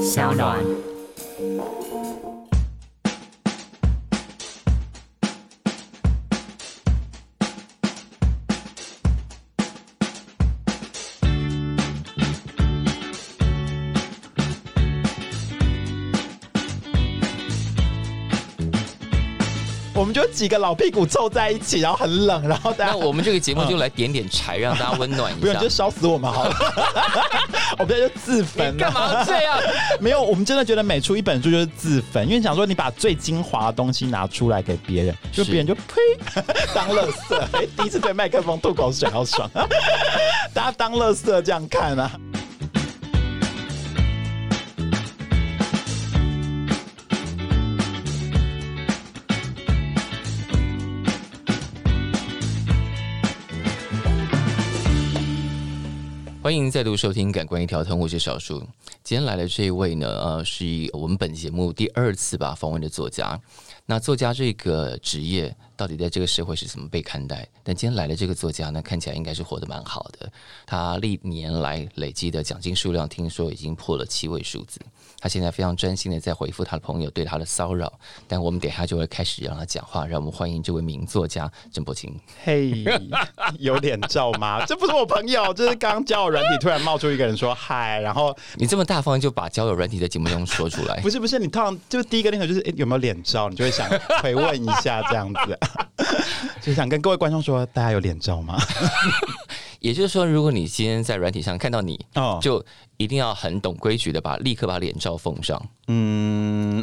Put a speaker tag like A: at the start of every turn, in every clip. A: 小暖。
B: 我们就几个老屁股凑在一起，然后很冷，然后大
C: 那
B: 家
C: 我们这个节目就来点点柴，让大家温暖一
B: 不用
C: 下
B: 你就。烧死我们 好了，我们这就自焚
C: 你
B: 了
C: 干嘛要这样？
B: 没有，我们真的觉得每出一本书就是自焚，因为想说你把最精华的东西拿出来给别人，就是别人就 呸当垃圾、哎第一次对麦克风吐口水，好爽！啊大家当垃圾这样看啊。
C: 欢迎再度收听《感官一条通》，我是小树。今天来的这一位呢，呃，是以我们本节目第二次吧访问的作家。那作家这个职业到底在这个社会是怎么被看待？但今天来的这个作家呢，看起来应该是活得蛮好的。他历年来累积的奖金数量，听说已经破了七位数字。他现在非常专心的在回复他的朋友对他的骚扰，但我们等一下就会开始让他讲话。让我们欢迎这位名作家郑伯清。
B: 嘿、有脸照吗？ 这不是我朋友，这是刚交友软体突然冒出一个人说嗨，然后
C: 你这么大方就把交友软体在节目中说出来
B: 不，是不是，你通常就第一个念头就是、诶有没有脸照，你就会想回问一下这样子， 就想跟各位观众说，大家有脸照吗？
C: 也就是说，如果你今天在软体上看到你，
B: 哦，
C: 就一定要很懂规矩的把立刻把脸罩奉上。
B: 嗯，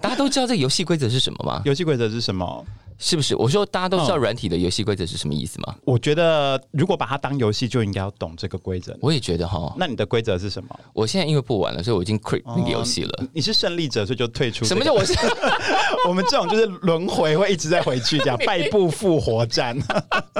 C: 大家都知道这个游戏规则是什么吗？
B: 游戏规则是什么？
C: 是不是？我说大家都知道
B: 嗯
C: 软体的游戏规则是什么意思吗？
B: 我觉得如果把它当游戏，就应该要懂这个规则。
C: 我也觉得哈，
B: 那你的规则是什么？
C: 我现在因为不玩了，所以我已经 quit 那个游戏了。
B: 你你是胜利者，所以就退出这
C: 什
B: 个、
C: 么叫我是？
B: 我们这种就是轮回，会一直在回去这样败部复活战。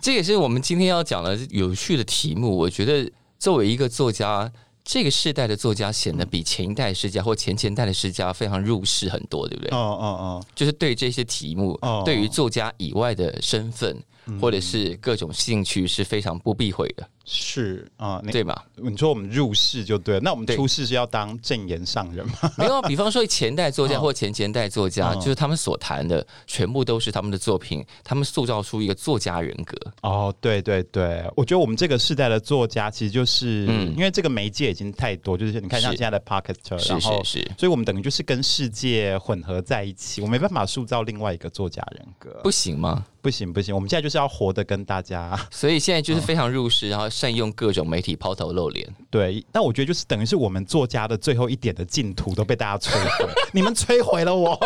C: 这也是我们今天要讲的有趣的题目。我觉得作为一个作家，这个世代的作家显得比前一代世家或前前代的世家非常入世很多，对不
B: 哦
C: 对？
B: 哦
C: 就是对这些题目，
B: 哦嗯
C: 对于作家以外的身份、或者是各种兴趣是非常不避讳的，
B: 哦，是啊、你
C: 对吧？
B: 你说我们入世就对了，那我们
C: 对
B: 出世是要当正言上人吗？
C: 没有，啊比方说前代作家
B: 哦
C: 或前前代作家，
B: 哦
C: 就是他们所谈的全部都是他们的作品，他们塑造出一个作家人格。
B: 哦，对对对，我觉得我们这个世代的作家，其实就是、
C: 嗯
B: 因为这个媒介已经太多，就是你看像
C: 是
B: 现在的 Pocketer，
C: 是
B: 呃然后
C: 是是
B: 所以我们等于就是跟世界混合在一起，我没办法塑造另外一个作家人格。
C: 不行吗？
B: 不行不行，我们现在就是要活的跟大家
C: 所以现在就是非常入世，然后善用各种媒体抛头露脸。
B: 对。但我觉得就是等于是我们作家的最后一点的净土都被大家摧毁， 你们摧毁了我。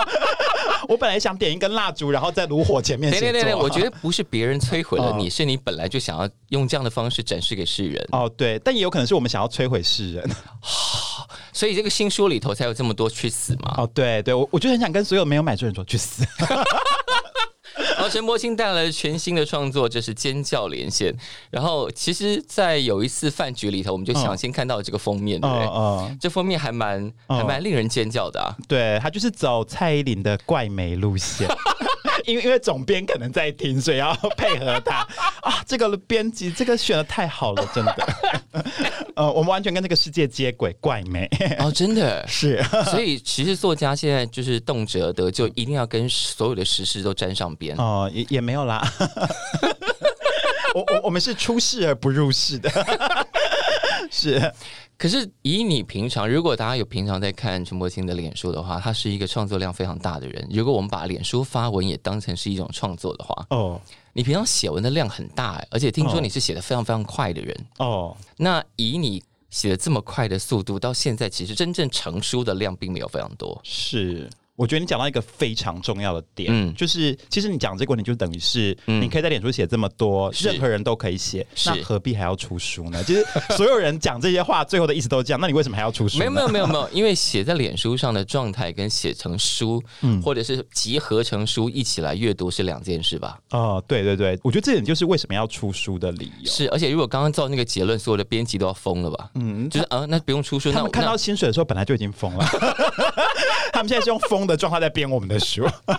B: 我本来想点一根蜡烛，然后在炉火前面
C: 对
B: 写作。
C: 对对对，我觉得不是别人摧毁了
B: 哦
C: 你，是你本来就想要用这样的方式展示给世人。
B: 哦对，但也有可能是我们想要摧毁世人。
C: 所以这个新书里头才有这么多去死嘛。
B: 哦对对，我我就很想跟所有没有买书的人说去死。
C: 然后陈柏青带来了全新的创作，这是《尖叫连线》。然后其实，在有一次饭局里头，我们就抢先看到这个封面，对
B: 哦
C: 不对？
B: 哦，
C: 这封面还蛮
B: 嗯
C: 还蛮令人尖叫的啊！
B: 对他就是走蔡依林的怪美路线。因为因为总编可能在听，所以要配合他啊。这个编辑这个选的太好了，真的。呃，我们完全跟这个世界接轨，怪美。
C: 哦，真的
B: 是。
C: 所以其实作家现在就是动辄的，就一定要跟所有的时事都沾上 边。
B: 哦，也也没有啦。 我我我们是出世而不入世的， 是
C: 可是以你平常，如果大家有平常在看陈柏青的脸书的话，他是一个创作量非常大的人。如果我们把脸书发文也当成是一种创作的话，
B: 哦
C: 你平常写文的量很大、欸而且听说
B: 哦
C: 你是写的非常非常快的人。
B: 哦，
C: 那以你写的这么快的速度，到现在其实真正成书的量并没有非常多。
B: 是。我觉得你讲到一个非常重要的点，
C: 嗯
B: 就是其实你讲这个问题，就等于是、
C: 嗯
B: 你可以在脸书写这么多，
C: 是
B: 任何人都可以写，
C: 是
B: 那何必还要出书呢？就是所有人讲这些话，最后的意思都是这样，那你为什么还要出书呢？
C: 没有没有没有没有，因为写在脸书上的状态跟写成书，
B: 嗯
C: 或者是集合成书一起来阅读是两件事吧？
B: 哦，对对对，我觉得这点就是为什么要出书的理由。
C: 是，而且如果刚刚照那个结论，所有的编辑都要疯了吧？嗯，就是啊，那不用出书，
B: 他
C: 那
B: 们看到薪水的时候，本来就已经疯 了， 他们现在是用疯的状态在编我们的书。嗯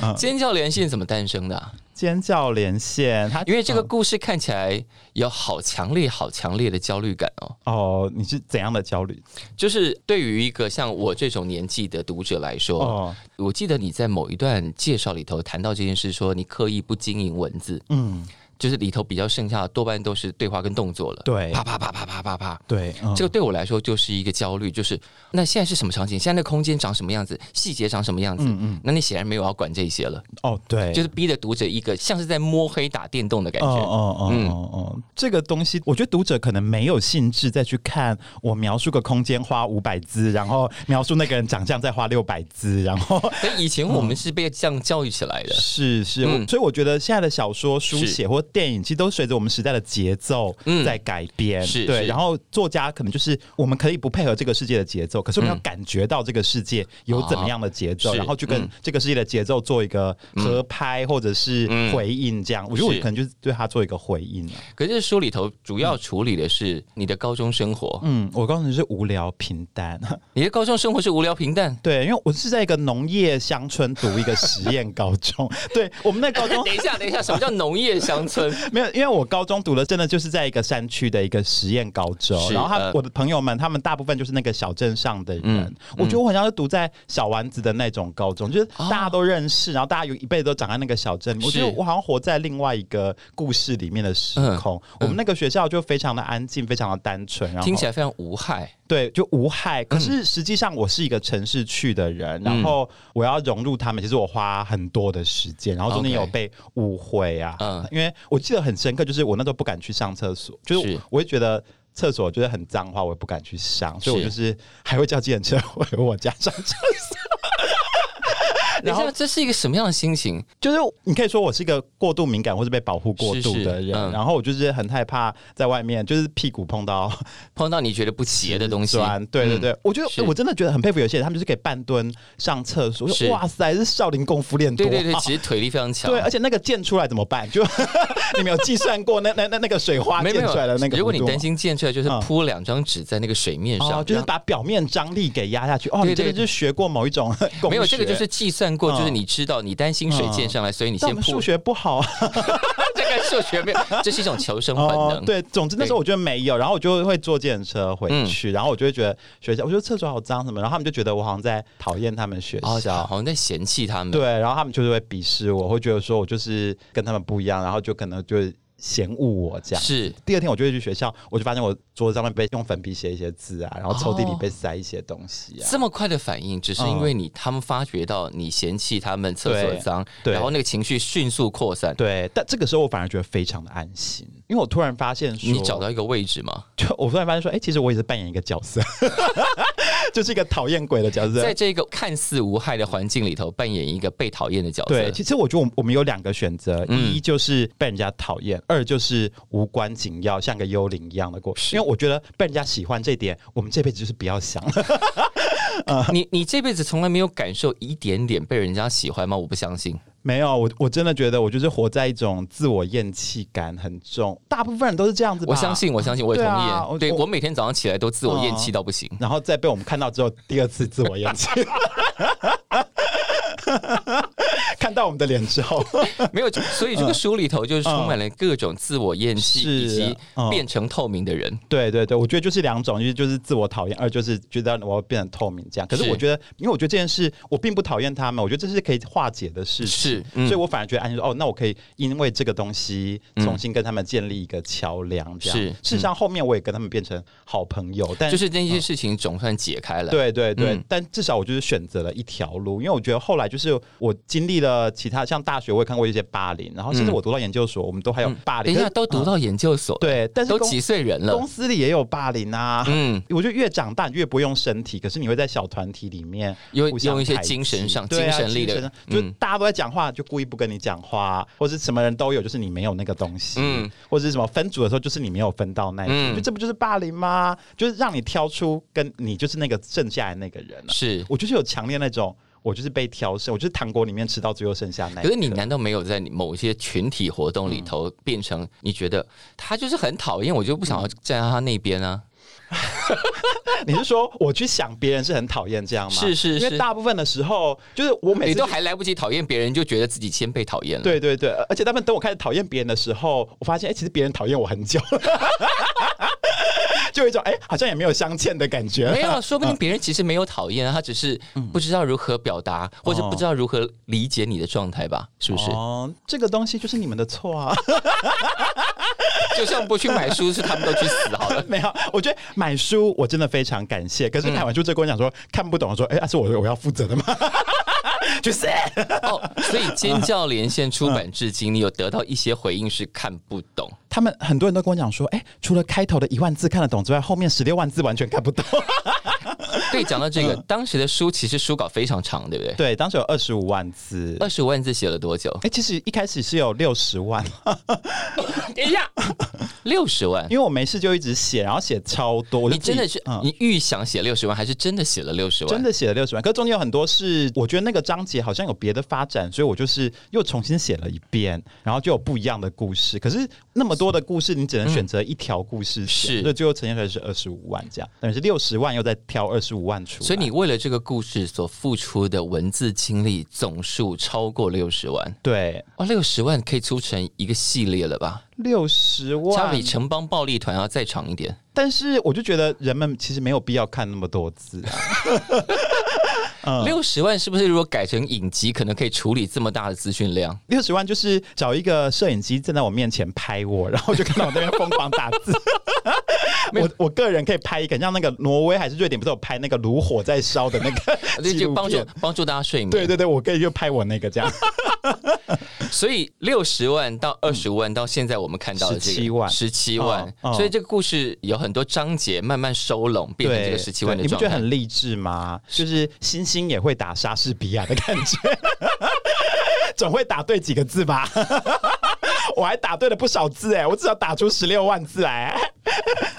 C: 那尖叫连线怎么诞生的啊、
B: 尖叫连线，他
C: 因为这个故事看起来有好强烈、好强烈的焦虑感哦。
B: 哦，你是怎样的焦虑？
C: 就是对于一个像我这种年纪的读者来说，
B: 哦，
C: 我记得你在某一段介绍里头谈到这件事，说你刻意不经营文字，
B: 嗯，
C: 就是里头比较剩下的多半都是对话跟动作了。
B: 对
C: 啪啪啪啪啪啪啪。
B: 对，嗯
C: 这个对我来说就是一个焦虑，就是那现在是什么场景？现在那空间长什么样子？细节长什么样子？
B: 嗯嗯，
C: 那你显然没有要管这些了，
B: 哦，对，
C: 就是逼着读者一个像是在摸黑打电动的感觉。
B: 哦哦
C: 嗯
B: 哦哦哦，这个东西，我觉得读者可能没有兴致再去看我描述个空间花五百字，然后描述那个人长相再花六百字，然后
C: 但以前我们是被这样教育起来的。
B: 嗯是是、
C: 嗯
B: 所以我觉得现在的小说、书
C: 是
B: 写或电影，其实都随着我们时代的节奏
C: 嗯
B: 在改变。
C: 是
B: 对，
C: 是
B: 然后作家可能就是我们可以不配合这个世界的节奏，可是我们要感觉到这个世界有怎么样的节奏，
C: 嗯哦
B: 然后去跟
C: 是
B: 这个世界的节奏做一个合拍或者是
C: 嗯
B: 回应，这样、我觉得我
C: 是
B: 可能就是对他做一个回应、啊。
C: 可是书里头主要处理的是你的高中生活，
B: 嗯，我告诉你是无聊平淡，
C: 你的高中生活是无聊平淡。
B: 对，因为我是在一个农业乡村读一个实验高中， 对我们那高中
C: 等一下，等一下，什么叫农业乡村？
B: 没有，因为我高中读的真的就是在一个山区的一个实验高中，
C: 是
B: 然后他、
C: 呃
B: 我的朋友们，他们大部分就是那个小镇上的人，
C: 嗯
B: 我觉得我好像是读在小丸子的那种高中，就是大家都认识，然后大家有一辈子都长在那个小镇里，我觉得
C: 哦是
B: 我好像活在另外一个故事里面的时空。我们那个学校就非常的安静，非常的单纯，然后
C: 嗯听起来非常无害。
B: 对，就无害。
C: 嗯
B: 可是实际上，我是一个城市去的人，然后我要融入他们，其实我花很多的时间，然后中间
C: OK
B: 有被误会啊。
C: 嗯
B: 因为我记得很深刻，就是我那时候不敢去上厕所，就是
C: 是
B: 我会觉得。厕所觉得很脏的话，我也不敢去上，所以我就
C: 是
B: 是还会叫计程车回我家上厕 所。
C: 然
B: 然后
C: 后这是一个什么样的心情？
B: 就是你可以说我是一个过度敏感或是被保护过
C: 是
B: 度
C: 是
B: 的人，
C: 嗯
B: 然后我就是很害怕在外面就是屁股碰到
C: 碰到你觉得不洁的东西，
B: 砖对对
C: 嗯
B: 对，我觉
C: 是
B: 得我真的觉得很佩服有些人，他们就是可以半蹲上厕所，我
C: 是
B: 说哇塞，这少林功夫练多
C: 对
B: 好。
C: 对对，其实腿力非常强。
B: 对而且那个溅出来怎么办？就 你们有计算过那 那那那个水花
C: 没
B: 溅
C: 有没
B: 出来的那
C: 有，
B: 个？
C: 如果你担。心溅出来，就是
B: 嗯
C: 铺两张纸在那个水面上，
B: 哦，就是
C: 让
B: 把表面张力给压下去。哦，
C: 对
B: 你这
C: 对
B: 个
C: 对
B: 就是学过某一种呃功
C: 没有这个
B: 学
C: 就是计算过，
B: 嗯
C: 就是你知道你担心水溅上来，所以你
B: 但
C: 先
B: 我们
C: 铺
B: 数。学不好啊。
C: 这个数学没有，这是一种求生本
B: 哦
C: 能。，
B: 对，总之那时候我觉得没有，然后我就会坐电车回
C: 嗯
B: 去，然后我就会觉得学校，我觉得厕所好脏什么，然后他们就觉得我好像在讨厌他们学
C: 哦，
B: 校。
C: 好像在嫌弃他们。
B: 对，然后他们就是会鄙视我，会觉得说我就是跟他们不一样，然后就可能就会嫌恶我这样。
C: 是
B: 第二天我就会去学校，我就发现我桌子上面被用粉笔写一些字啊，然后抽屉里被塞一些东西啊。
C: 这么快的反应，只是因为你他们发觉到你嫌弃他们厕所
B: 嗯对
C: 脏，
B: 对
C: 然后那个情绪迅速扩散。
B: 对，但这个时候我反而觉得非常的安心，因为我突然发现说，
C: 你找到一个位置吗？
B: 就 我突然发现说，哎、其实我也是扮演一个角色， 就是一个讨厌鬼的角色
C: 在。这个看似无害的环境里头，扮演一个被讨厌的角色。
B: 对，其实我觉得我们我们有两个选择，
C: 嗯
B: 一就是被人家讨厌，二就是无关紧要，像个幽灵一样的过。因为我觉得被人家喜欢这一点，我们这辈子就是不要想。
C: 你你这辈子从来没有感受一点点被人家喜欢吗？我不相信。
B: 没有，我我真的觉得我就是活在一种自我厌弃感很重，大部分人都是这样子吧。
C: 我相。信，我相信，我也同
B: 对
C: 意。
B: 啊我
C: 对
B: 我嗯
C: 我每天早上起来都自我厌弃到不行。
B: 然后再被我们看到之后，第二次自我厌弃， 看到我们的脸之后，
C: 没有，就所以这个书里头就是充满了各种自我厌弃，
B: 嗯是
C: 以及
B: 嗯
C: 变成透明的人。
B: 对对对，我觉得就是两种，一就是自我讨厌，二就是觉得我要变得透明这样。可是
C: 是
B: 我觉得，因为我觉得这件事，我并不讨厌他们，我觉得这是可以化解的事情，
C: 是嗯
B: 所以我反而觉得安心说，哦，那我可以因为这个东西重新跟他们建立一个桥梁，这样。
C: 是嗯
B: 事实上，后面我也跟他们变成好朋友，但
C: 就是那些事情总算解开了。，
B: 对对对，
C: 嗯
B: 但至少我就是选择了一条路，因为我觉得后来就是我经历了其他，像大学我也看过一些霸凌，然后甚至我读到研究所，我们都还有霸
C: 等
B: 凌。
C: 一
B: 啊可
C: 下
B: 是
C: 嗯
B: 嗯
C: 都读到研究所，，
B: 对，但是
C: 都
B: 公
C: 几岁人了
B: 公，司里也有霸凌啊。
C: 嗯，
B: 我觉得越长大你越不用身体，可是你会在小团体里面
C: 有
B: 互相
C: 用一些
B: 排挤
C: 精神上
B: 对啊
C: 精神力的
B: 上
C: 嗯
B: 就大家都在讲话，就故意不跟你讲话，或是什么人都有，就是你没有那个东西，
C: 嗯
B: 或者是什么分组的时候，就是你没有分到那一组，
C: 嗯
B: 就这不就是霸凌吗？就是让你挑出跟你就是那个剩下来那个人啊。
C: 是。
B: 我就是有强烈那种，我就是被挑剩，我就是糖果里面吃到最后剩下那一个。
C: 可是你难道没有在你某些群体活
B: 嗯嗯
C: 动里头变成你觉得他就是很讨厌，我就不想要站在他那边啊？
B: 你是说我去想别人是很讨厌这样吗？
C: 是是
B: 因为
C: 是
B: 大部分的时候就是我每
C: 你
B: 次
C: 都还来不及讨厌别人，就觉得自己先被讨厌了。，
B: 对对对，而且他们等我开始讨厌别人的时候，我发现哎、其实别人讨厌我很久 了，就有一种哎、好像也没有相欠的感觉。
C: 没有，啊说不定别人其实没有讨厌啊，他只是
B: 嗯
C: 不知道如何表达，或者不知道如何理解你的状态吧？是不是？
B: 哦，这个东西就是你们的错啊！ 。
C: 就像不去买书是他们都去死好了
B: 没有，我觉得买书我真的非常感谢。可是买完书之后跟我讲说、看不懂，我说哎、啊是我我要负责的吗？ 去死！
C: 哦，所以尖叫连线出
B: 嗯
C: 版至今，你有得到一些回应是看不懂。
B: 他们很多人都跟我讲说，哎、除了开头的一万字看得懂之外，后面十六万字完全看不懂。
C: 对，讲到这个，
B: 嗯
C: 当时的书其实书稿非常长，对不对？
B: 对，当时有二十五万字。
C: 二十万字写了多久？
B: 哎、其实一开始是有六十万，
C: 等一下，六十万。
B: 因为我没事就一直写，然后写超多。我就
C: 你
B: 自己嗯
C: 真的是、你预想写六十万，还是真的写了六十万？
B: 真的写了六十万，可是中间有很多是我觉得那个章节好像有别的发展，所以我就是又重新写了一遍，然后就有不一样的故事。可是那么多的故事，你只能选择一条故事写，
C: 嗯是
B: 所以最后呈现出来是二十五万这样，等于是六十万又再挑二十五万出来。
C: 所以你为了这个故事所付出的文字精力总数超过六十万，
B: 对
C: 哇，六十万可以出成一个系列了吧？
B: 六十
C: 它
B: 万
C: 比，城邦暴力团要再长一点。
B: 但是我就觉得人们其实没有必要看那么多字啊。嗯
C: 六十、万是不是如果改成影集，可能可以处理这么大的资讯量？
B: 六十万就是找一个摄影机站在我面前拍我，然后我就看到我那边疯狂打字。我我个人可以拍一个，像那个挪威还是瑞典，不是有拍那个炉火在烧的那 个
C: 那
B: 纪
C: 啊就
B: 录
C: 帮助
B: 片？
C: 帮助大家睡眠。
B: 对对对，我可以就拍我那个这 样。
C: 所以六十万到二十万到现在我们看到的这个
B: 17万
C: 十七万，
B: 哦哦
C: 所以这个故事有很多章节慢慢收拢，变成这个十七万
B: 对
C: 的
B: 你不
C: 状
B: 觉得
C: 态。
B: 很励志吗？就是星星也会打莎士比亚的感觉， 总会打对几个字吧。 我还打对了不少字哎，我至少打出十六万字来。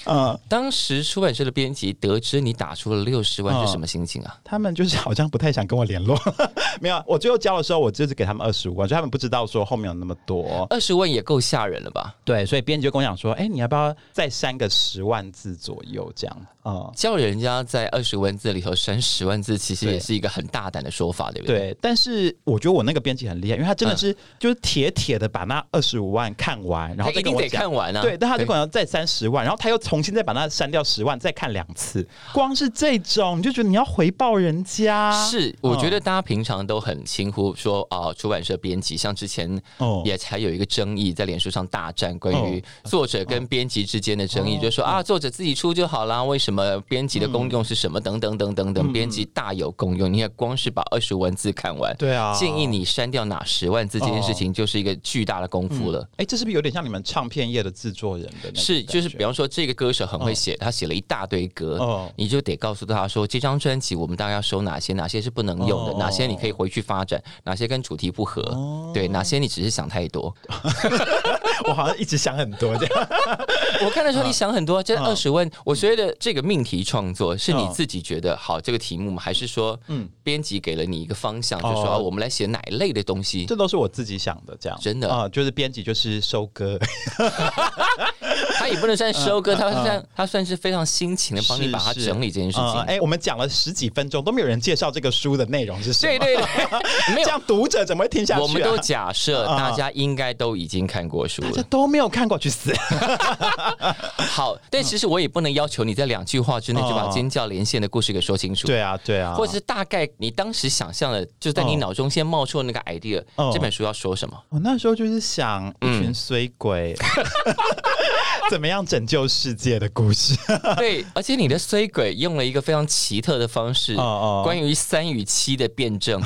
B: 嗯，
C: 当时出版社的编辑得知你打出了六十万
B: 嗯
C: 是什么心情啊？
B: 他们就是好像不太想跟我联络， 没有。啊我最后交的时候，我就是给他们二十五万，所以他们不知道说后面有那么多。
C: 二十万也够吓人了吧？
B: 对，所以编辑就跟我讲说：“哎、你要不要再删个十万字左右这样？”嗯，
C: 叫人家在二十万字里头删十万字，其实
B: 对
C: 也是一个很大胆的说法，对不对？
B: 对。嗯但是我觉得我那个编辑很厉害，因为他真的是、就是铁铁的把那二十五万看完，然后
C: 他
B: 再跟
C: 一定
B: 我
C: 得
B: 讲。
C: 看完啊。
B: 对，但他就可能再删十万，然后他又重新再把它删掉十万，再看两次。光是这种，你就觉得你要回报人家。
C: 是，
B: 嗯
C: 我觉得大家平常都很轻忽说啊、出版社编辑，像之前
B: 哦
C: 也才有一个争议，在脸书上大战关于作者跟编辑之间的争
B: 哦
C: 议，就说啊，作者自己出就好啦，为什么编辑的功用是什么？等等等等
B: 嗯
C: 等，编辑大有功用。你看，光是把二十万字看完，
B: 对啊哦
C: 建议你删掉哪十万字这件事情，就是一个巨大的功夫了。
B: 哎、这是不是有点像你们唱片业的制作人的那种
C: 是，
B: 感
C: 就是
B: 觉嗯
C: 比方说这个歌手很会写，他写了一大堆歌，
B: 哦
C: 你就得告诉他说，这张专辑我们大概要收哪些，哪些是不能用的，
B: 哦
C: 哪些你可以回去发展，哪些跟主题不合，对，哪些你只是想太多。
B: 我好像一直想很多这样。
C: 我看的
B: 嗯
C: 时候你想很多，这二十问，我觉得这个命题创作是
B: 嗯
C: 你自己觉得好这个题目吗？还是说，嗯，编辑给了你一个方向，就说
B: 哦
C: 啊我们来写哪一类的东西？
B: 这都是我自己想的，这样
C: 真的
B: 啊、就是编辑就是收割，
C: 他也不
B: 嗯
C: 能算收割，他算他算是非常辛勤的帮你
B: 是
C: 把它
B: 是
C: 整理这件事
B: 啊
C: 情。
B: 哎、我们讲了十几分钟都没有人介绍这个书的内容是什么，
C: 对 对对，没有
B: 这样读者怎么会听下去、啊？
C: 我们都假设
B: 啊
C: 大家应该都已经看过书
B: 大家
C: 了。
B: 都没有看过，去 死！
C: 好，但其实我也不能要求你在两句话之内就把
B: 嗯
C: 尖叫连线的故事给说清楚。。
B: 对啊，对啊，
C: 或者是大概你当时想象的，就在你
B: 嗯
C: 脑中先冒出的那个 idea，、
B: 嗯
C: 这本书要说什么？
B: 我那时候就是想一
C: 嗯
B: 群衰鬼。 怎么样拯救世界的故事？
C: 对，而且你的衰鬼用了一个非常奇特的方式，
B: 哦哦
C: 关于三与七的 辩证，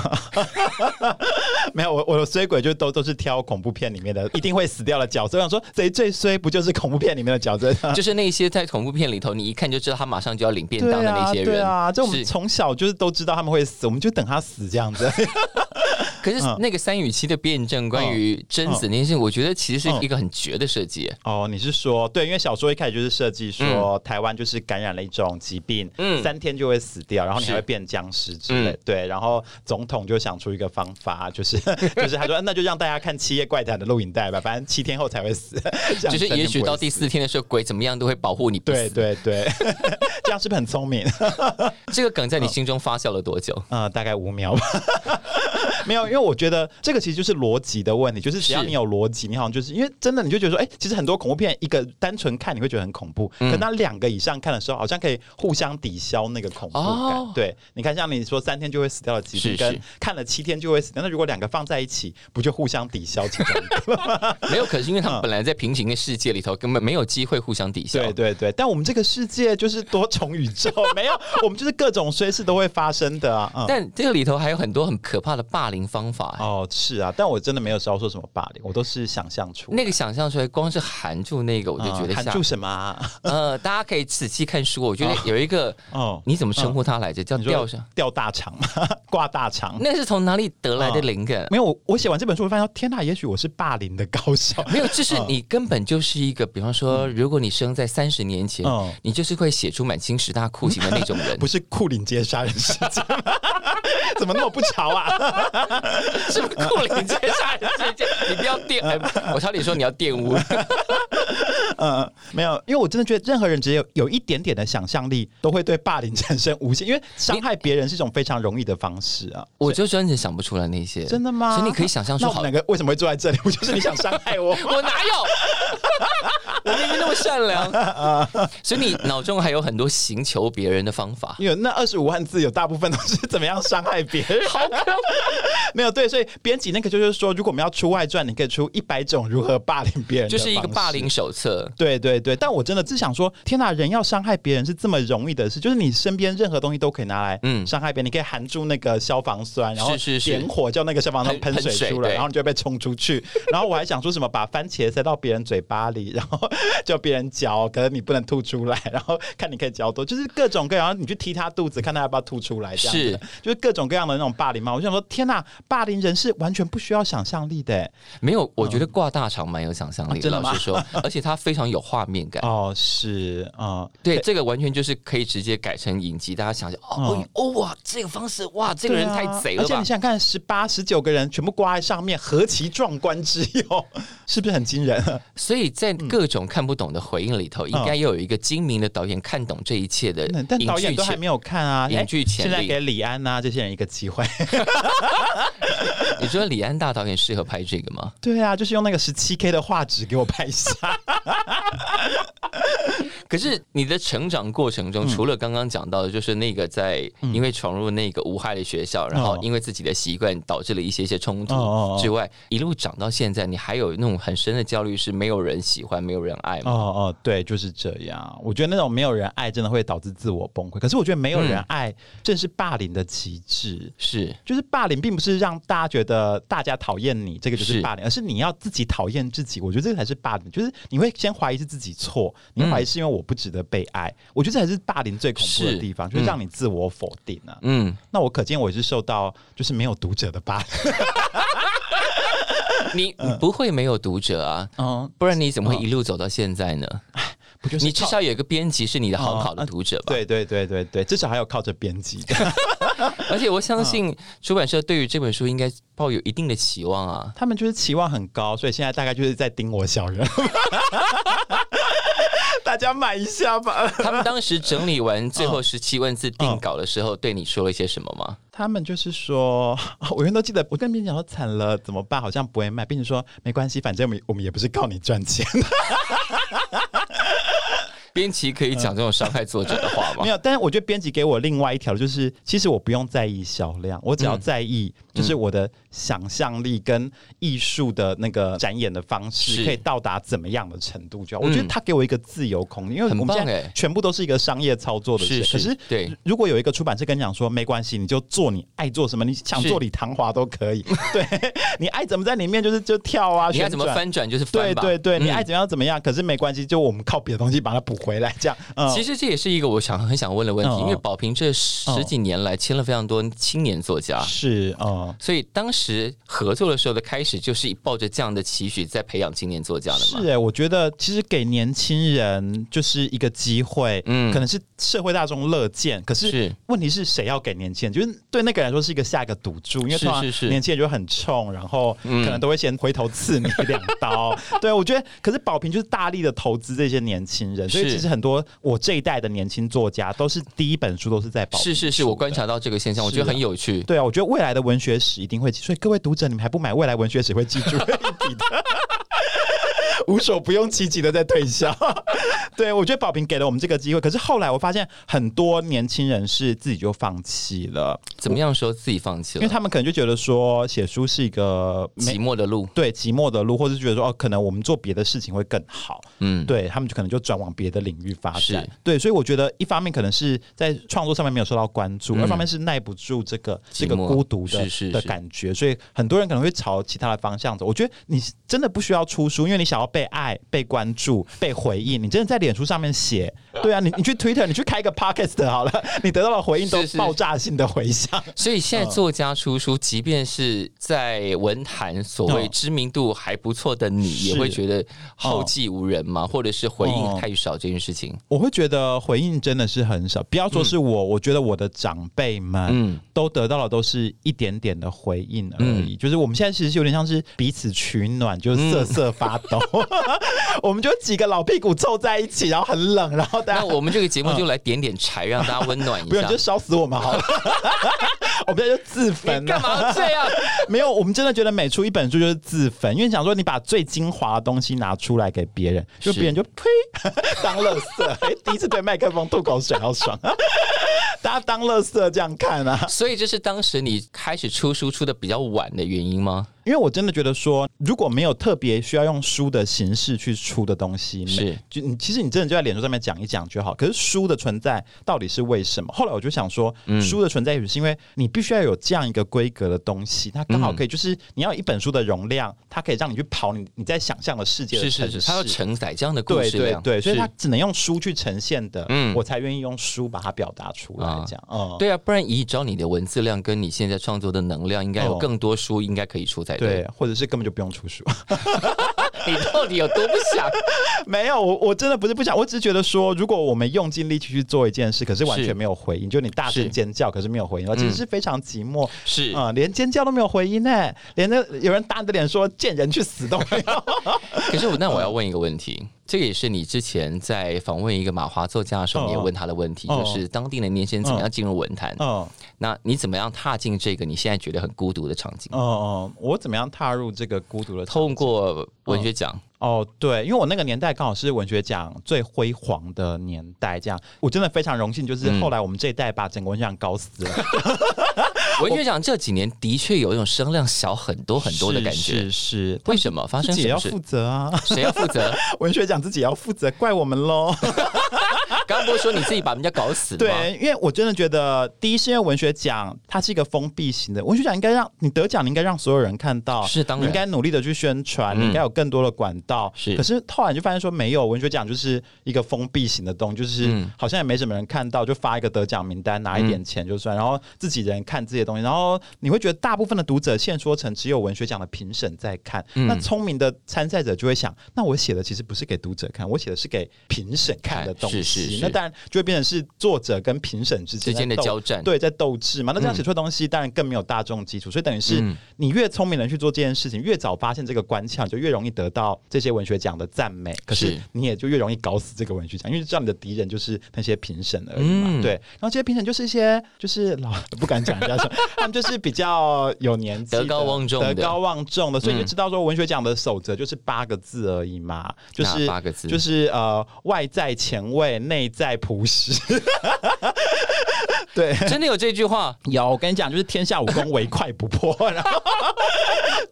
B: 没有，我我的衰鬼就都都是挑恐怖片里面的一定会死掉的角色。我想说，谁最衰不就是恐怖片里面的角色？
C: 就是那些在恐怖片里头，你一看就知道他马上就要领便
B: 对
C: 当的那些人，
B: 啊，对啊，就我们
C: 是嗯
B: 从小就是都知道他们会死，我们就等他死这样子。
C: 可
B: 嗯
C: 是那个三与七的辩证，关于贞子那件事，我觉得其实
B: 嗯
C: 是一个很绝的设计。
B: 哦，你是说对？因为小说一开始就是设计说、台湾就是感染了一种疾病，
C: 嗯
B: 三天就会死掉，然后你
C: 是
B: 还会变僵尸之类。对，然后总统就想出一个方法，就是 就是他说，那就让大家看《七夜怪谈》的录影带吧，反正七天后才会死，这样
C: 就是
B: 三天
C: 也许
B: 不会
C: 到
B: 死
C: 第四天的时候，鬼怎么样都会保护你不
B: 对
C: 死。
B: 对对， 这样是不是很聪明？
C: 这个梗在你心中发酵了多久？
B: 呃，大概五秒吧。 没有，因为我觉得这个其实就是逻辑的问题，就是只要
C: 是
B: 你有逻辑，你好像就是因为真的你就觉得说，哎、其实很多恐怖片一个单纯看你会觉得很恐怖，
C: 嗯
B: 可那两个以上看的时候，好像可以互相抵消那个恐怖感。
C: 哦
B: 对，你看像你说三天就会死掉的疾
C: 是
B: 病，
C: 是
B: 跟看了七天就会死掉，那如果两个放在一起，不就互相抵消其 中一个？
C: 没有，可是因为他们本来在平行的世界里头，根本没有机会互相抵消。
B: 对对对，但我们这个世界就是多重宇宙，没有，我们就是各种衰事都会发生的啊。嗯、
C: 但这个里头还有很多很可怕的霸凌方法、
B: 哦，是啊，但我真的没有遭受什么霸凌，我都是想象出来
C: 那个想象出来，光是含住那个，我就觉得
B: 嗯
C: 吓
B: 含。住什么、 啊？
C: 呃，大家可以仔细看书，我觉得有一个，
B: 哦，
C: 哦你怎么称呼它来着？叫
B: 你说
C: 吊上，
B: 吊大肠吗？ 挂大肠？
C: 那是从哪里得来的灵感？
B: 没有，我我写完这本书，我发现哦天哪，也许我是霸凌的高 手。
C: 没有，就是你根本就是一个，比方说，如果你生在三十年前
B: 嗯，
C: 你就是会写出满清十大酷刑的那种人
B: 不，是库林街杀人事件吗？ 怎么那么不潮啊？
C: 是不是酷刑街杀人事件？你不要玷，
B: 啊
C: 哎我差点说你要玷污。
B: 嗯，没有，因为我真的觉得任何人只有有一点点的想象力，都会对霸凌产生无限，因为伤害别人是一种非常容易的方式啊。
C: 我就真的想不出来那些，
B: 真的吗？
C: 所以你可以想象出
B: 那我
C: 好？
B: 们两个为什么会坐在这里？不就是你想伤害我
C: 我哪有？我明明那么善良， 所以你脑中还有很多刑求别人的方法。
B: 因为那二十五万字有大部分都是 怎么样伤害别人，
C: 好可
B: 没有对，所以编辑那个就是说，如果我们要出外传，你可以出一百种如何霸凌别人，
C: 就是一个霸凌。手册。
B: 对对对，但我真的只想说，天哪，人要伤害别人是这么容易的事，就是你身边任何东西都可以拿来
C: 嗯
B: 伤害别人，你可以含住那个消防栓，然后
C: 是是是
B: 点火叫那个消防栓
C: 喷
B: 喷水
C: 喷水
B: 出
C: 对
B: 来，然后你就被冲出去。 然后我还想说什么把番茄塞到别人嘴巴里，然后叫别人嚼，可是你不能吐出来，然后看你可以嚼多，就是各种各样，然后你去踢他肚子，看他要不要吐出来，这样子
C: 是
B: 的就是各种各样的那种霸凌嘛。我就想说，天哪，霸凌人是完全不需要想象力的、欸
C: 没有，我觉得挂大肠蛮有想象力
B: 啊真的吗
C: 老 实说，而且它非常有画面感。
B: 哦，是，嗯，
C: 对，这个完全就是可以直接改成影集，大家想想，哦哦哇，这个方式哇，这个人
B: 嗯对啊
C: 太贼了
B: 而且你
C: 吧
B: 想！想看，十八、十九个人全部挂在上面，何其壮观之有， 是不是很惊人？
C: 所以在
B: 嗯
C: 各种看不懂的回应里头，应该有一个精明的导演看懂这一切的
B: 哦那但
C: 影
B: 导
C: 剧
B: 演都还
C: 情。
B: 没有看啊，
C: 影剧潜
B: 现在
C: 力
B: 给李安呐、这些人一个机会。
C: 你觉得李安大导演适合拍这个 吗？
B: 对啊，就是用那个十七 K 的画质给我拍 下。
C: 可是你的成长过程
B: 嗯
C: 中，除了刚刚讲到的，就是那个在因为闯入那个无害的学校，然后因为自己的习惯导致了一些些冲突
B: 哦哦哦
C: 之外，一路长到现在，你还有那种很深的焦虑，是没有人喜欢，没有人爱
B: 哦
C: 吗？
B: 哦，对，就是这样。我觉得那种没有人爱，真的会导致自我崩溃。可是我觉得没有
C: 嗯
B: 人爱，正是霸凌的极致。
C: 是
B: 就是霸凌，并不是让大家觉得大家讨厌你，这个就是霸凌，而是你要自己讨厌自己。我觉得这个才是霸凌，就是你会先怀疑是自己错，你
C: 嗯
B: 会怀疑是因为我不值得被爱。我觉得这才是霸凌最恐怖的
C: 是
B: 地方，就是让你自我否定啊。
C: 嗯，
B: 那我可见我也是受到就是没有读者的霸凌。
C: 你你不会没有读者啊，
B: 嗯，
C: 不然你怎么会一路走到现在呢？
B: 不就是
C: 你至
B: 靠哦啊
C: 少啊有一个编辑是你的很好的读者吧？
B: 对对对对对，至少还有靠着编 辑的。
C: 而且我相信出版社对于这本书应该抱有一定的期 望啊。
B: 他们就是期望很高，所以现在大概就是在盯我小人。 大家买一下吧。
C: 他们当时整理完最后十七万字定稿的时候，对你说了些什么吗？
B: 他们就是说， 我永远都记得，我跟编辑讲说惨了怎么办，好像不会卖。编辑说没关系，反正我们我们也不是靠你赚钱，
C: 编辑可以讲这种伤害作者的话吗
B: 没？有。但是我觉得编辑给我另外一条就是，其实我不用在意销量，我只
C: 嗯
B: 要在意就是我的想象力跟艺术的那个展演的方式
C: 是嗯
B: 可以到达怎么样的程度就好。我觉得他给我一个自由空间，因为我
C: 很
B: 们
C: 棒
B: 现在
C: 欸
B: 全部都是一个商业操作的事。
C: 是是
B: 可是
C: 对
B: 如果有一个出版社跟你讲说没关系，你就做你爱做什么，你想
C: 是
B: 做李唐华都可 以，对你爱怎么在里面就是 就跳啊，
C: 你
B: 旋
C: 要怎么
B: 转。
C: 翻转就是翻
B: 对
C: 吧。
B: 对对，你
C: 嗯
B: 爱怎么样怎么样，可是没关系，就我们靠别的东西把它补回来这样。嗯，
C: 其实这也是一个我想很想问的问题，
B: 嗯
C: 因为宝瓶这十几年来签了非常多青年作家，
B: 哦是嗯。
C: 所以当时合作的时候的开始就是抱着这样的期许在培养青年作家的嘛
B: 是。哎、我觉得其实给年轻人就是一个机会，
C: 嗯
B: 嗯，可能是社会大众乐见，可是
C: 是
B: 问题是谁要给年轻人？就是对那个人来说是一个下一个赌注，因为
C: 是
B: 通常
C: 是嗯是
B: 年轻人就很冲，然后可能都会先回头刺你两刀。对，我觉得，可是宝瓶就是大力的投资这些年轻人，所以
C: 是
B: 其实很多我这一代的年轻作家都是第一本书都是在宝瓶
C: 是是是，
B: 出
C: 我
B: 的
C: 观察到这个现象，我觉得
B: 是啊
C: 很有趣。
B: 对啊，我觉得未来的文学史一定会记，所以各位读者，你们还不买未来文学史会记住 一笔的，无所不用其极的在推销。 对，我觉得宝瓶给了我们这个机会，可是后来我发现很多年轻人是自己就放弃了，
C: 怎么样说自己放弃
B: 因为
C: 了？
B: 他们可能就觉得说写书是一个
C: 寂
B: 没。
C: 寞的路，
B: 对寂寞的路，或是觉得说哦，可能我们做别的事情会更好，
C: 嗯，
B: 对他们就可能就转往别的领域发展
C: 是。
B: 对，所以我觉得一方面可能是在创作上面没有受到关注，
C: 嗯
B: 二方面是耐不住这个
C: 寂
B: 这
C: 寞
B: 个孤独的
C: 是是
B: 的
C: 是
B: 感觉，所以很多人可能会朝其他的方向走。我觉得你真的不需要出书，因为你想要被爱、被关注、被回应，你真的在脸书上面写，对啊，你你去 Twitter，你去开一个 Podcast 好了，你得到的回应都
C: 是是
B: 爆炸性的回响。
C: 所以
B: 嗯
C: 现在作家出书，即便是在文坛所谓
B: 嗯
C: 知名度还不错的你，
B: 是嗯
C: 也会觉得后继无人嘛，或者是回应太少这件事情。
B: 我会觉得回应真的是很少，不要说是我，我觉得我的长辈们，
C: 嗯，
B: 都得到的都是一点点的回应而已。就是我们现在其实有点像是彼此取暖，就是瑟瑟发抖。
C: 嗯
B: 我们就几个老屁股凑在一起，然后很冷，然后大
C: 那
B: 家
C: 我们这个 节目就来点点柴，让大家温暖一
B: 不用
C: 下
B: 你 就。烧死我们 好了。我们现在就自焚
C: 你
B: 了
C: 干。嘛要这样？
B: 没有，我们真的觉得每出一本书就是自焚，因为想说你把最精华的东西拿出来给别人，就是别人就呸 当垃圾、哎第一次对麦克风吐口水，好爽。啊大家当垃圾这样看啊。
C: 所以这是当时你开始出书出的比较晚的原因吗？
B: 因为我真的觉得说，如果没有特别需要用书的形式去出的东西，
C: 是
B: 没就你其实你真的就在脸书上面讲一讲就好。可是书的存在到底是为什么？后来我就想说，
C: 嗯
B: 书的存在也是因为你必须要有这样一个规格的东西，它刚好
C: 嗯
B: 可以就是你要有一本书的容量，它可以让你去跑你你在想象的世界的
C: 是
B: 城
C: 是
B: 市。
C: 是，它要承载这样的故
B: 对
C: 事
B: 对
C: 量。
B: 对，所以
C: 是
B: 它只能用书去呈现的，
C: 嗯
B: 我才愿意用书把它表达出来
C: 啊，
B: 这样，嗯，
C: 对啊，不然以照你的文字量跟你现在创作的能量，应该有
B: 哦
C: 更多书应该可以出才对。
B: 对，或者是根本就不用出书。
C: 你到底有多不 想？
B: 没有，我我真的不是不想，我只是觉得说，如果我们用尽力气去做一件事，可是完
C: 是
B: 全没有回应，就你大
C: 是
B: 声尖叫，可是没有回应的话，其实是非常寂寞。
C: 是
B: 啊、连尖叫都没有回音呢、连那有人打你的脸说“贱人去死”都没 有。
C: 可是我那我要问一个问题，这个也是你之前在访问一个马华作家的时候，
B: 嗯
C: 你也问他的问题，
B: 嗯
C: 就是当地的年轻人怎么样进入文坛？
B: 嗯
C: 那你怎么样踏进这个你现在觉得很孤独的场景？
B: 嗯嗯，我怎么样踏入这个孤独的
C: 通过文学奖，
B: 哦，对，因为我那个年代刚好是文学奖最辉煌的年代，这样我真的非常荣幸，就是
C: 嗯
B: 后来我们这一代把整个文学奖搞死 了，嗯
C: 文学奖这几年的确有一种声量小很多很多的感觉
B: 是。是，
C: 为什么发
B: 自
C: 生
B: 己也
C: 什
B: 要
C: 么事
B: 负？责啊，
C: 谁要负责？
B: 文学奖自己也要负责，怪我们喽。
C: 刚刚不是说你自己把人家搞死吗？
B: 对，因为我真的觉得，第一是因为文学奖它是一个封闭型的，文学奖应该让你得奖，你应该让所有人看到，
C: 是当然
B: 你应该努力的去宣传，
C: 嗯
B: 你应该有更多的管道。
C: 是
B: 可是后来你就发现说，没有文学奖就是一个封闭型的东西，就是
C: 嗯
B: 好像也没什么人看到，就发一个得奖名单，拿一点钱就算，然后自己人看自己的东西，然后你会觉得大部分的读者现说成只有文学奖的评审在看，
C: 嗯
B: 那聪明的参赛者就会想，那我写的其实不是给读者看，我写的是给评审看的东西，
C: 是是是
B: 那当然就会变成是作者跟评审之
C: 之
B: 间
C: 间的
B: 斗
C: 交战，
B: 对，在斗智嘛。那这样写出的东西当然更没有大众基础，所以等于是
C: 嗯
B: 你越聪明的人去做这件事情，越早发现这个关窍，你就越容易得到这些文学奖的赞美。可是
C: 是
B: 你也就越容易搞死这个文学奖，因为知道你的敌人就是那些评审而已嘛。
C: 嗯
B: 对，然后这些评审就是一些就是老不敢讲人家说，他们就是比较有年纪的、
C: 德高望重的嗯
B: 德高望重的，所以你就知道说文学奖的守则就是八个字而已嘛，就是
C: 哪八个字
B: 就是呃外在前卫，内在朴实。 对，
C: 真的有这句话。
B: 有，我跟你讲，就是天下武功唯快不破， 然后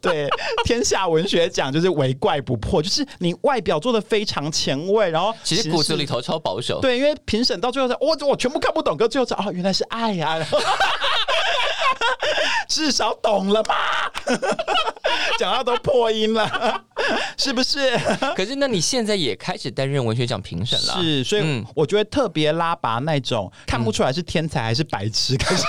B: 对天下文学奖就是唯怪不破，就是你外表做的非常前卫，然后
C: 其实骨子里
B: 头
C: 头超保守，
B: 对，因为评审到最后才我我全部看不懂，可最后才哦原来是爱呀、然后 至少懂了吧？讲到都破音了，是不是？
C: 可是，那你现在也开始担任文学奖评审了，
B: 啊是，所以
C: 嗯
B: 我觉得特别拉拔那种看不出来是天才还是白痴，可是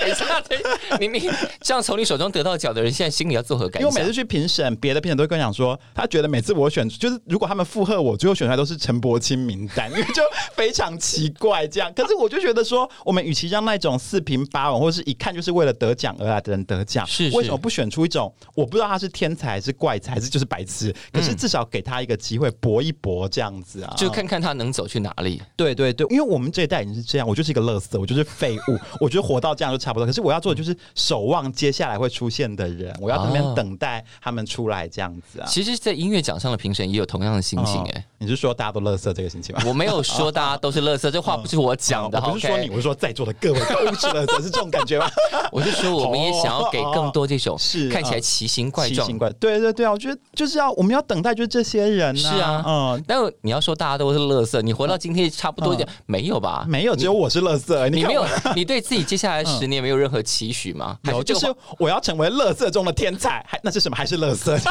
C: 等一下，等一下明明这样从你手中得到奖的人，现在心里要作何感
B: 因为我每
C: 想
B: 次？去评审，别的评审都会跟我讲说，他觉得每次我选，就是如果他们附和我，最后选出来都是陈柏青名单，因为就非常奇怪这 样。可是我就觉得说，我们与其让那种四平八稳，或者是一看就是为了得奖而来的人得奖，
C: 是是
B: 为什么不选出一种我不知道他是天才还是怪才，还是就是白痴？可
C: 嗯
B: 是至少给他一个机会搏一搏这样子啊，啊
C: 就看看他能走去哪里。
B: 对对对，因为我们这一代已经是这样，我就是一个乐色，我就是废 物，我觉得活到这样就差不多。可是我要做的就是守望接下来会出现的人，我要在那边
C: 啊
B: 等待他们出来这样子啊。
C: 其实，在音乐奖上的评审也有同样的心情、哎、
B: 哦你是说大家都乐色这个星期吗？
C: 我没有说大家都是乐色，这话 不是我讲的，
B: 哦我
C: 好
B: 不是说你，我是说在座的各位都是乐色，是这种感 觉吗？
C: 我是说我们也想要给更多这种
B: 哦是
C: 看起来奇形怪
B: 奇
C: 状
B: 形。怪，对对对啊！我觉得就是要我们要等待，就是这些人呐、
C: 是啊
B: 嗯，
C: 但你要说大家都是乐色，你活到今天差不多一点，没有吧？
B: 啊没有，只有我是乐色，
C: 你
B: 看
C: 没有
B: 我。，
C: 你对自己接下来十年没有任何期许吗？还
B: 有，
C: 这
B: 就
C: 个
B: 是我要成为乐色中的天才，还那是什么？还是乐色？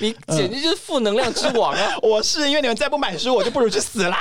C: 你
B: 嗯
C: 简直就是负能量之王啊！
B: 我是因为你们再不买书，我就不如去死啦！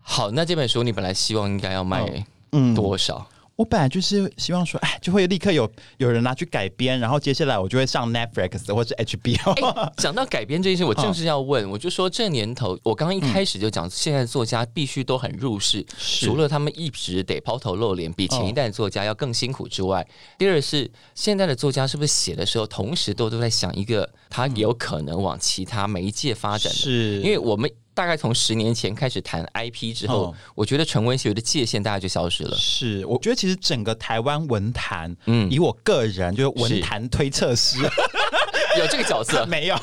C: 好，那这本书你本来希望应该要卖
B: 嗯
C: 多少？
B: 我本来就是希望说，哎，就会立刻有有人拿去改编，然后接下来我就会上 Netflix 或是 HBO。
C: 哎讲到改编这件事，我正是要问，我就说这年头，我刚刚一开始就讲，现在作家必须都很入世，
B: 是
C: 除了他们一直得抛头露脸，比前一代的作家要更辛苦之外，第二是现在的作家是不是写的时候，同时都都在想一个他有可能往其他媒 介发展的，
B: 哎是
C: 因为我们。大概从十年前开始谈 IP 之后，
B: 嗯
C: 我觉得纯文学的界限大概就消失了。
B: 是，我觉得其实整个台湾文坛，嗯，以我个人就是文坛推测师
C: 有这个角色，
B: 没有，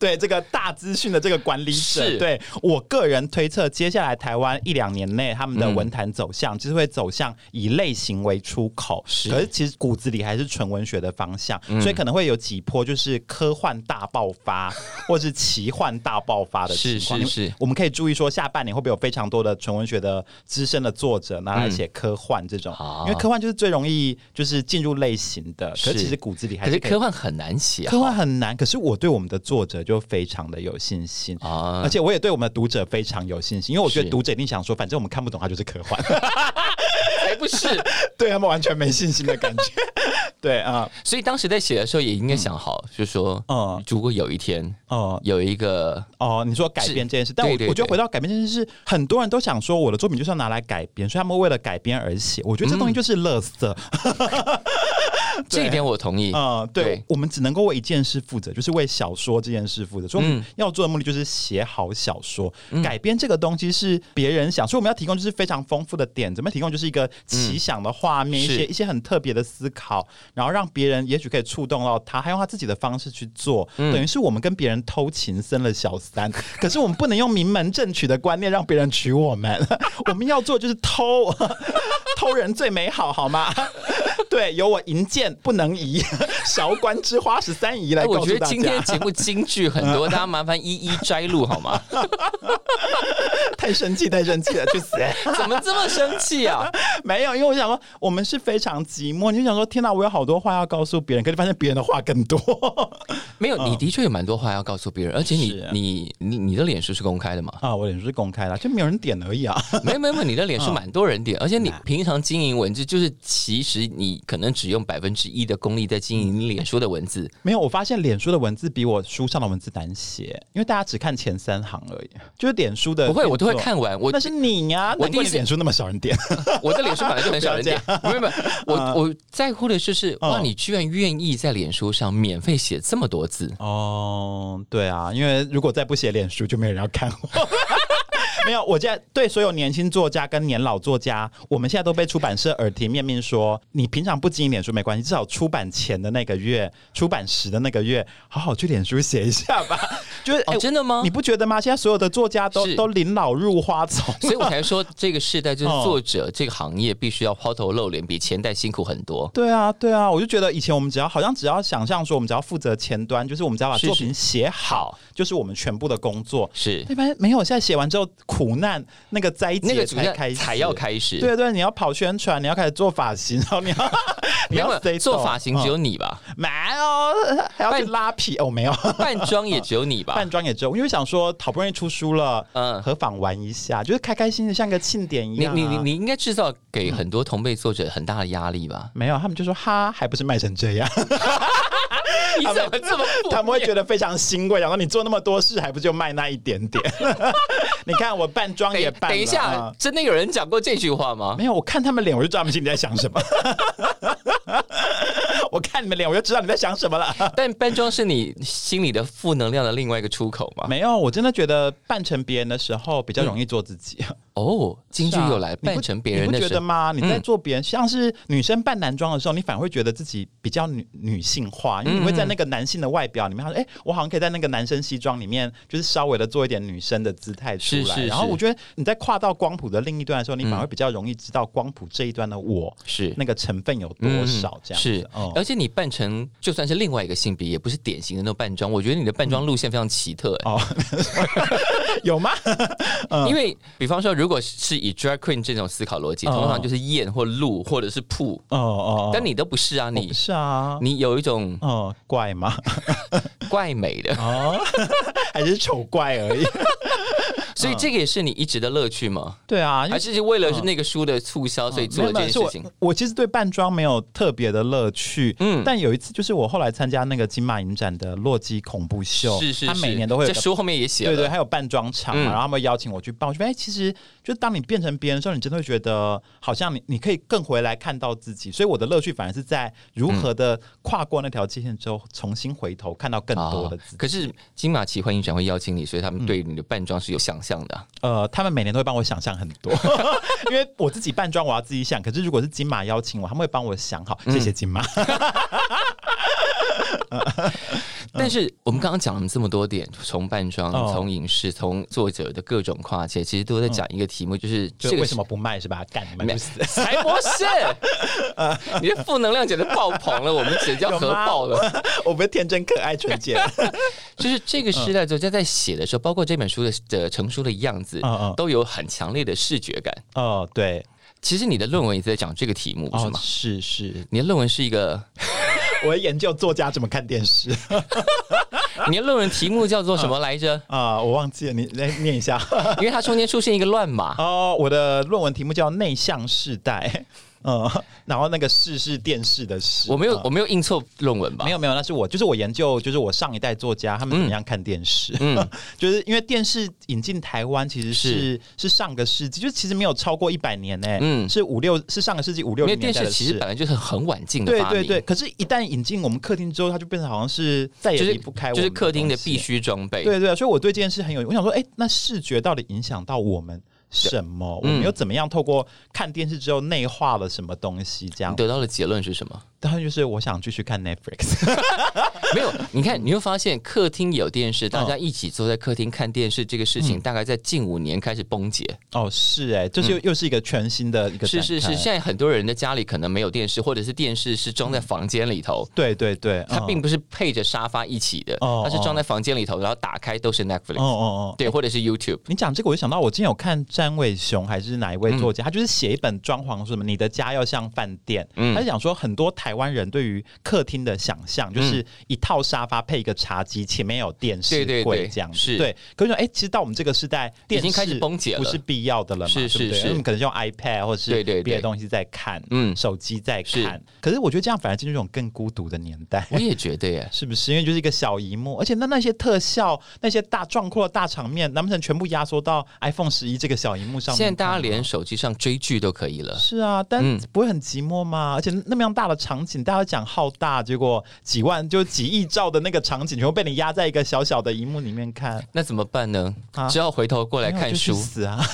B: 对这个大资讯的这个管理者
C: 是，
B: 对我个人推测，接下来台湾一两年内他们的文坛走向、就是会走向以类型为出口，
C: 嗯是嗯
B: 可是其实骨子里还是纯文学的方向，所以可能会有几波就是科幻大爆 发，或是奇幻大爆发的
C: 是
B: 情况，
C: 是
B: 你们
C: 是
B: 我们可以注意说，下半年会不会有非常多的纯文学的资深的作者拿来写
C: 嗯
B: 科幻这种，
C: 啊
B: 因为科幻就是最容易就是进入类型的，可
C: 是
B: 是其实骨子里还
C: 可是
B: 可以
C: 科幻很难写 啊
B: 科幻很难，可是我对我们的作者就非常的有信心。
C: 啊
B: 而！ 且我也对我们的读者非常有信心，因为我觉
C: 是
B: 得读者一定想说，反正我们看不懂，它就是科幻，
C: 才不是，
B: 对他们完全没信心的感 觉。对啊，
C: 所以当时在写的时候也应该想好，就说，
B: 嗯
C: 如果有一天
B: 哦、
C: 有一个，
B: 哦，你说改编这件事，但我
C: 对对
B: 我觉
C: 对
B: 得回到改编这件事，很多人都想说我的作品就是要拿来改编，所以他们为了改编而写。我觉得这东
C: 嗯
B: 西就是垃圾。
C: 这一点我同意，
B: 呃嗯，对，
C: 对
B: 我们只能够为一件事负责，就是为小说这件事负责。所以
C: 嗯
B: 我们要做的目的就是写好小说。改编这个东西是别人想，所以我们要提供就是非常丰富的点，怎么提供就是一个奇想的画面，
C: 嗯
B: 一
C: 是
B: 些一些很特别的思考，然后让别人也许可以触动到他，还用他自己的方式去做，
C: 嗯
B: 等于是我们跟别人偷情生了小 三。可是我们不能用名门正娶的观念让别人娶我们， 我们要做就是偷。 偷人最美好，好吗？对，由我银剑不能移， 韶关之花十三姨来
C: 哎，
B: 告
C: 我觉
B: 诉
C: 得
B: 大
C: 今天
B: 家，
C: 节目金句很多，大家麻烦一一摘录好吗？
B: 太生气，太生气了，去死！
C: 怎么这么生气啊？
B: 没有，因为我想说，我们是非常寂寞，你就想说，天哪，我有好多话要告诉别人，可是发现别人的话 更多
C: 没有，你的确有蛮多话要告诉别人，而且
B: 嗯
C: 你
B: 是啊
C: 你你你的脸书是公开的嘛？
B: 啊！我脸书是公开的，就没有人点而已啊。
C: 没有没有，没有你的脸
B: 嗯
C: 书蛮多人点，而且你平常经营文字，就是其实你可能只用百分之一的功力在经营脸书的文字，
B: 没有，我发现脸书的文字比我书上的文字难写，因为大家只看前三行而已，就是脸书的
C: 不会，我都会
B: 运作。
C: 看完，我
B: 那是你呀、
C: 我
B: 难怪
C: 第一
B: 你
C: 次
B: 脸书那么少人点。
C: 我的脸书本来就很少人点，没有没有，我
B: 嗯
C: 我在乎的就是，哇，
B: 嗯
C: 你居然愿意在脸书上免费写这么多字，
B: 哦，对啊，因为如果再不写脸书，就没有人要看我。 没有，我现在对所有年轻作家跟年老作家，我们现在都被出版社耳提面命说，你平常不经营脸书没关系，至少出版前的那个月、出版时的那个月，好好去脸书写一下吧。就是，
C: 哦
B: 哎
C: 真的吗
B: 你不觉得吗？现在所有的作家都
C: 是
B: 都临老入花丛，
C: 所以我才说这个时代就是
B: 哦
C: 作者这个行业必须要抛头露脸，比前代辛苦很多。
B: 对啊，对啊，我就觉得以前我们只要好像只要想象说，我们只要负责前端，就是我们只要把
C: 是
B: 作
C: 是
B: 品写好，就是我们全部的工作。
C: 是
B: 对吧？没有，现在写完之后苦苦难那个灾
C: 那
B: 劫
C: 个主
B: 才
C: 要
B: 开始，
C: 才要开始，
B: 对啊对，你要跑宣传，你 要开始做发型，然后你要你
C: 没有，
B: 要 say
C: 做
B: so，
C: 发型
B: 嗯
C: 只有你吧，
B: 没有，哦还要去拉皮哦，没有。
C: 扮装也只有你吧
B: 扮，装也只有，因为想说好不容易出书了，
C: 嗯
B: 嗯，何妨玩一下，就是开开心心的，像个庆典一
C: 你
B: 样、啊。
C: 你你你应该制造
B: 嗯
C: 给很多同辈作者很大的压力吧？
B: 没有，他们就说哈，还不是卖成这 样，
C: 你怎么这么不
B: 他们会觉得非常欣慰，然后你做那么多事，还不就卖那一点点？ 你看我扮装也
C: 等
B: 扮了
C: 等一下
B: 啊，
C: 真的有人讲过这句话吗？
B: 没有，我看他们脸，我就知道他们心里在想什么。 我看你们脸，我就知道你在想什么了。
C: 但扮装是你心里的负能量的另外一个出口嘛？
B: 没有，我真的觉得扮成别人的时候比较容易做自己。
C: 哦，京剧又来
B: 啊你不
C: 扮成别人
B: 你
C: 的
B: 不觉得
C: 事，
B: 吗？你在
C: 嗯
B: 做别人，像是女生扮男装的时候，你反而会觉得自己比较女女性化，因为你
C: 嗯
B: 会在那个男性的外表里面，好像哎、我好像可以在那个男生西装里面，就是稍微的做一点女生的姿态出来。
C: 是是
B: 然后
C: 是嗯
B: 我觉得你在跨到光谱的另一端的时候，你反而比较容易知道光谱这一端的我、
C: 是嗯
B: 那个成分有多少这样子。
C: 是呃
B: 嗯，
C: 而且你扮成就算是另外一个性别，也不是典型的那种扮装。我觉得你的扮装路线非常奇特、欸
B: 哦， 有 吗？嗯
C: 因为比方说，如果是以 drag queen 这种思考逻辑，
B: 哦
C: 通常就是艳或露或者是铺，
B: 哦哦，
C: 但你都不是啊，
B: 不
C: 你
B: 是啊。
C: 你有一种
B: 哦，怪吗？
C: 怪美的，
B: 哦，还是丑怪而已。 嗯
C: 所以这个也是你一直的乐趣吗？
B: 对啊，因为
C: 还是为了是那个书的促销，所以做了这
B: 啊嗯没有
C: 件事情
B: 没有是？我我其实对扮装没有特别的乐趣，
C: 嗯
B: 嗯，但有一次就是我后来参加那个金马影展的洛基恐怖秀，
C: 是是
B: 他
C: 是，
B: 每年都会有
C: 在
B: 个。
C: 书后面也写
B: 对对，
C: 了，
B: 还有扮装场嘛，
C: 嗯
B: 然后他们邀请我去扮，我觉得哎，其实就是当你变成别人的时候，你真的会觉得好像你你可以更回来看到自己，所以我的乐趣反而是在如
C: 嗯
B: 何的跨过那条界限之后，重新回头看到更多的 嗯自己。
C: 哦可是金马奇幻影展会邀请你，所以他们对你的扮装是有想象的啊、
B: 呃，他们每年都会帮我想象很多，因为我自己扮装我要自己想，可是如果是金马邀请我，他们会帮我想好，谢谢金马。
C: 但是我们刚刚讲了这么多点，从扮装、
B: 嗯哦
C: 从影视、从作者的各种跨界，其实都在讲一个题目，就是
B: 嗯就
C: 这个
B: 为什 么不卖是吧？干你们
C: 没
B: 不是
C: 才不是！你的负能量简直爆棚了，我们简直要核爆了。
B: 我们天真可爱纯洁，
C: 就是这个时代作家在写的时候，包括这本书的的成书的样子
B: 嗯嗯，
C: 都有很强烈的视觉感。
B: 哦， 对，
C: 其实你的论文也在讲这个题目，是
B: 哦，
C: 吗？
B: 是是，
C: 你的论文是一个，
B: 我研究作家怎么看电视
C: 你的论文题目叫做什么来着？
B: 啊、我忘记了，你来念 一下。
C: 因为它中间出现一个乱码，
B: 哦，我的论文题目叫《内向世代》，嗯，然后那个“世”是电视的“视”，
C: 我没有
B: 嗯
C: 我没有印错论文吧？
B: 没有没有，那是我，就是我研究，就是我上一代作家他们怎么样看电视， 就是因为电视引进台湾其实嗯是是上个世纪，就其实没有超过一百年呢、
C: 嗯
B: 是五六是上个世纪五六
C: 因为
B: 零年
C: 电
B: 代的
C: 视其实
B: 事
C: 本。来就是很晚近的
B: 对
C: 发明，
B: 对对，可是，一旦引进我们客厅之后，它就变成好像是再也
C: 就是
B: 离不开我
C: 就是
B: 们
C: 客厅的
B: 东西
C: 必。须装备。
B: 对对，所以我对这件事很有，我想说，哎、那视觉到底影响到我们什么？我们又怎么样透过看电视之后内化了什么东西？这样
C: 你，得到的结论是什么？
B: 当然就是我想继续看 Netflix。
C: 没有，你看，你会发现客厅有电视，大家一起坐在客厅看电视这个事
B: 嗯
C: 情，大概在近五年开始崩解。
B: 哦，是哎、这就是又,、又是一个全新的一个
C: 嗯是
B: 展
C: 是是，
B: 开
C: 现，在很多人的家里可能没有电视，或者是电视是装在房间里头，
B: 对对对，
C: 它
B: 嗯
C: 并不是配着沙发一起的，
B: 哦
C: 它是装在房间里头，然后打开都是
B: 哦
C: Netflix，
B: 哦哦。
C: 对，或者是 YouTube。
B: 你讲这个，我就想到我之前有看詹伟雄还是哪一位
C: 嗯
B: 作家，他就是写一本装潢说什么“你的家要像饭店”，
C: 嗯
B: 他就讲说很多台湾人对于客厅的想象就是一套沙发配一个茶几，前面有电视
C: 对嗯对对
B: 柜这样子。
C: 是
B: 对，可是哎、其实到我们这个时代，
C: 已
B: 电
C: 经
B: 视
C: 开始崩解了
B: 不是必要的了嘛？
C: 是是
B: 对不对
C: 是
B: 我们可能是用 iPad 或是
C: 对对对
B: 别的东西在看，
C: 嗯
B: 嗯，手机在看
C: 是。
B: 可是我觉得这样反而进入一种更孤独的年代。
C: 我也觉得耶，
B: 是不是？因为就是一个小荧幕，而且那那些特效、那些大壮阔的大场面，难不成全部压缩到 iPhone 十一这个小荧幕上面？
C: 现在大家连手机上追剧都可以了。
B: 是啊，但
C: 嗯
B: 不会很寂寞吗？而且那么样大的场景，大家讲浩大，结果几万就几亿兆的那个场景，全部被你压在一个小小的荧幕里面看，
C: 那怎么办呢？
B: 啊
C: 只好回头过来
B: 没有
C: 看
B: 就去
C: 书。
B: 死啊！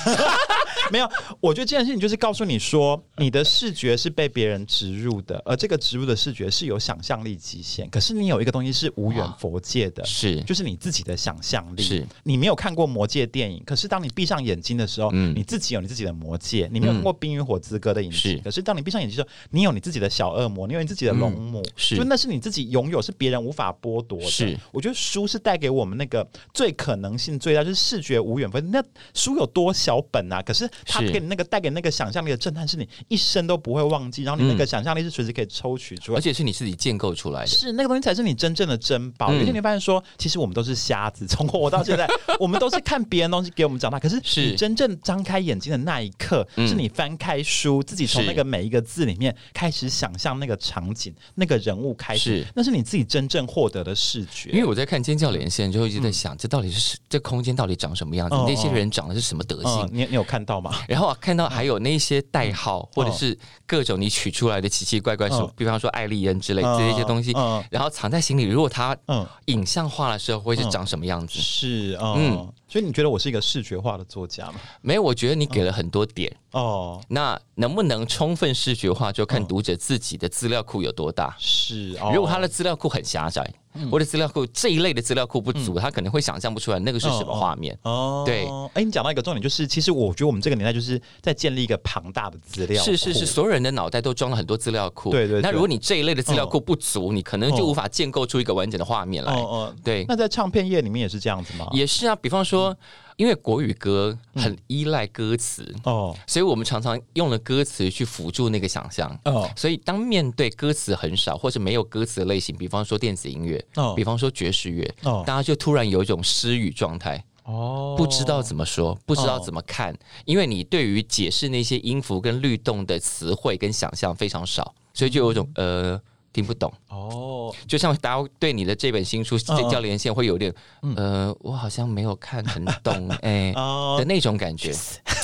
B: 没有，我觉得这件事情就是告诉你说，你的视觉是被别人植入的，而这个植入的视觉是有想象力极限。可是你有一个东西是无远佛界的，
C: 是
B: 就是你自己的想象力。
C: 是，
B: 你没有看过魔界电影，可是当你闭上眼睛的时候，
C: 嗯
B: 你自己有你自己的魔界。你没有看过《冰与火之歌》的影集
C: 是，
B: 可是当你闭上眼睛的时候，你有你自己的小恶魔，你有你自己的龙母，
C: 嗯是
B: 就那是你自己拥有，是别人无法剥夺的。
C: 是，
B: 我觉得书是带给我们那个最可能性最大，就是视觉无远分。那书有多小本啊？可是它
C: 是
B: 给你那个带给那个想象力的震撼，是你一生都不会忘记。然后你那个想象力是随时可以抽取出来
C: 嗯而。且是你自己建构出来的。
B: 是那个东西才是你真正的珍宝。
C: 嗯
B: 有一天你会发现说，其实我们都是瞎子， 从我到现在，我们都是看别人东西给我们长大。可是
C: 是
B: 你真正张开眼睛的那一刻，
C: 嗯
B: 是你翻开书，自己从
C: 是
B: 那个每一个字里面开始想象那个场景、那个人物开始
C: 是，
B: 那是你自己真正获得的视觉。
C: 因为我在看《尖叫连线》之后，一直在想，这到底是这空间到底长什么样子？
B: 嗯哦
C: 那些人长的是什么德性？
B: 嗯，你你有看到 吗？
C: 然后啊，看到还有那些代号，
B: 哦
C: 或者是各种你取出来的奇奇怪怪数
B: 嗯，
C: 比方说艾丽恩之类
B: 嗯
C: 这些东西
B: 嗯嗯，
C: 然后藏在心里。如果它
B: 嗯
C: 影像化的时候，会是长什么样子？
B: 是，嗯
C: 嗯，
B: 所以你觉得我是一个视觉化的作家吗？
C: 没有，我觉得你
B: 嗯
C: 给了很多点。
B: 哦，
C: 那能不能充分视觉化，就
B: 嗯
C: 看读者自己的资料库有多大。
B: 是，哦、嗯
C: 如果他的资料库很狭窄，或者资料库这一类的资料库不足，他可能会想象不出来那个是什么画面。
B: 哦，
C: 对
B: 哎、你讲到一个重点，就是其实我觉得我们这个年代就是在建立一个庞大的资料库，
C: 是是是，所有人的脑袋都装了很多资料库。
B: 对对对
C: 那如果你这一类的资料库不足，你可能就无法建构出一个完整的画面
B: 哦
C: 来。
B: 哦，嗯
C: 对，
B: 那在唱片业里面也是这样子吗？
C: 也是啊。比方说，因为国语歌很依赖歌词，
B: 哦
C: 所以我们常常用了歌词去辅助那个想象。
B: 哦
C: 所以，当面对歌词很少或者没有歌词的类型，比方说电子音乐，
B: 哦
C: 比方说爵士乐，
B: 哦
C: 大家就突然有一种失语状态。
B: 哦
C: 不知道怎么说，不知道怎么看，因为你对于解释那些音符跟律动的词汇跟想象非常少，所以就有一种
B: 嗯
C: 呃听不懂。
B: 哦，
C: 就像大家对你的这本新书《
B: 嗯
C: 尖叫连线》会有点呃，我好像没有看很 懂哎
B: 哦
C: 的那种感觉。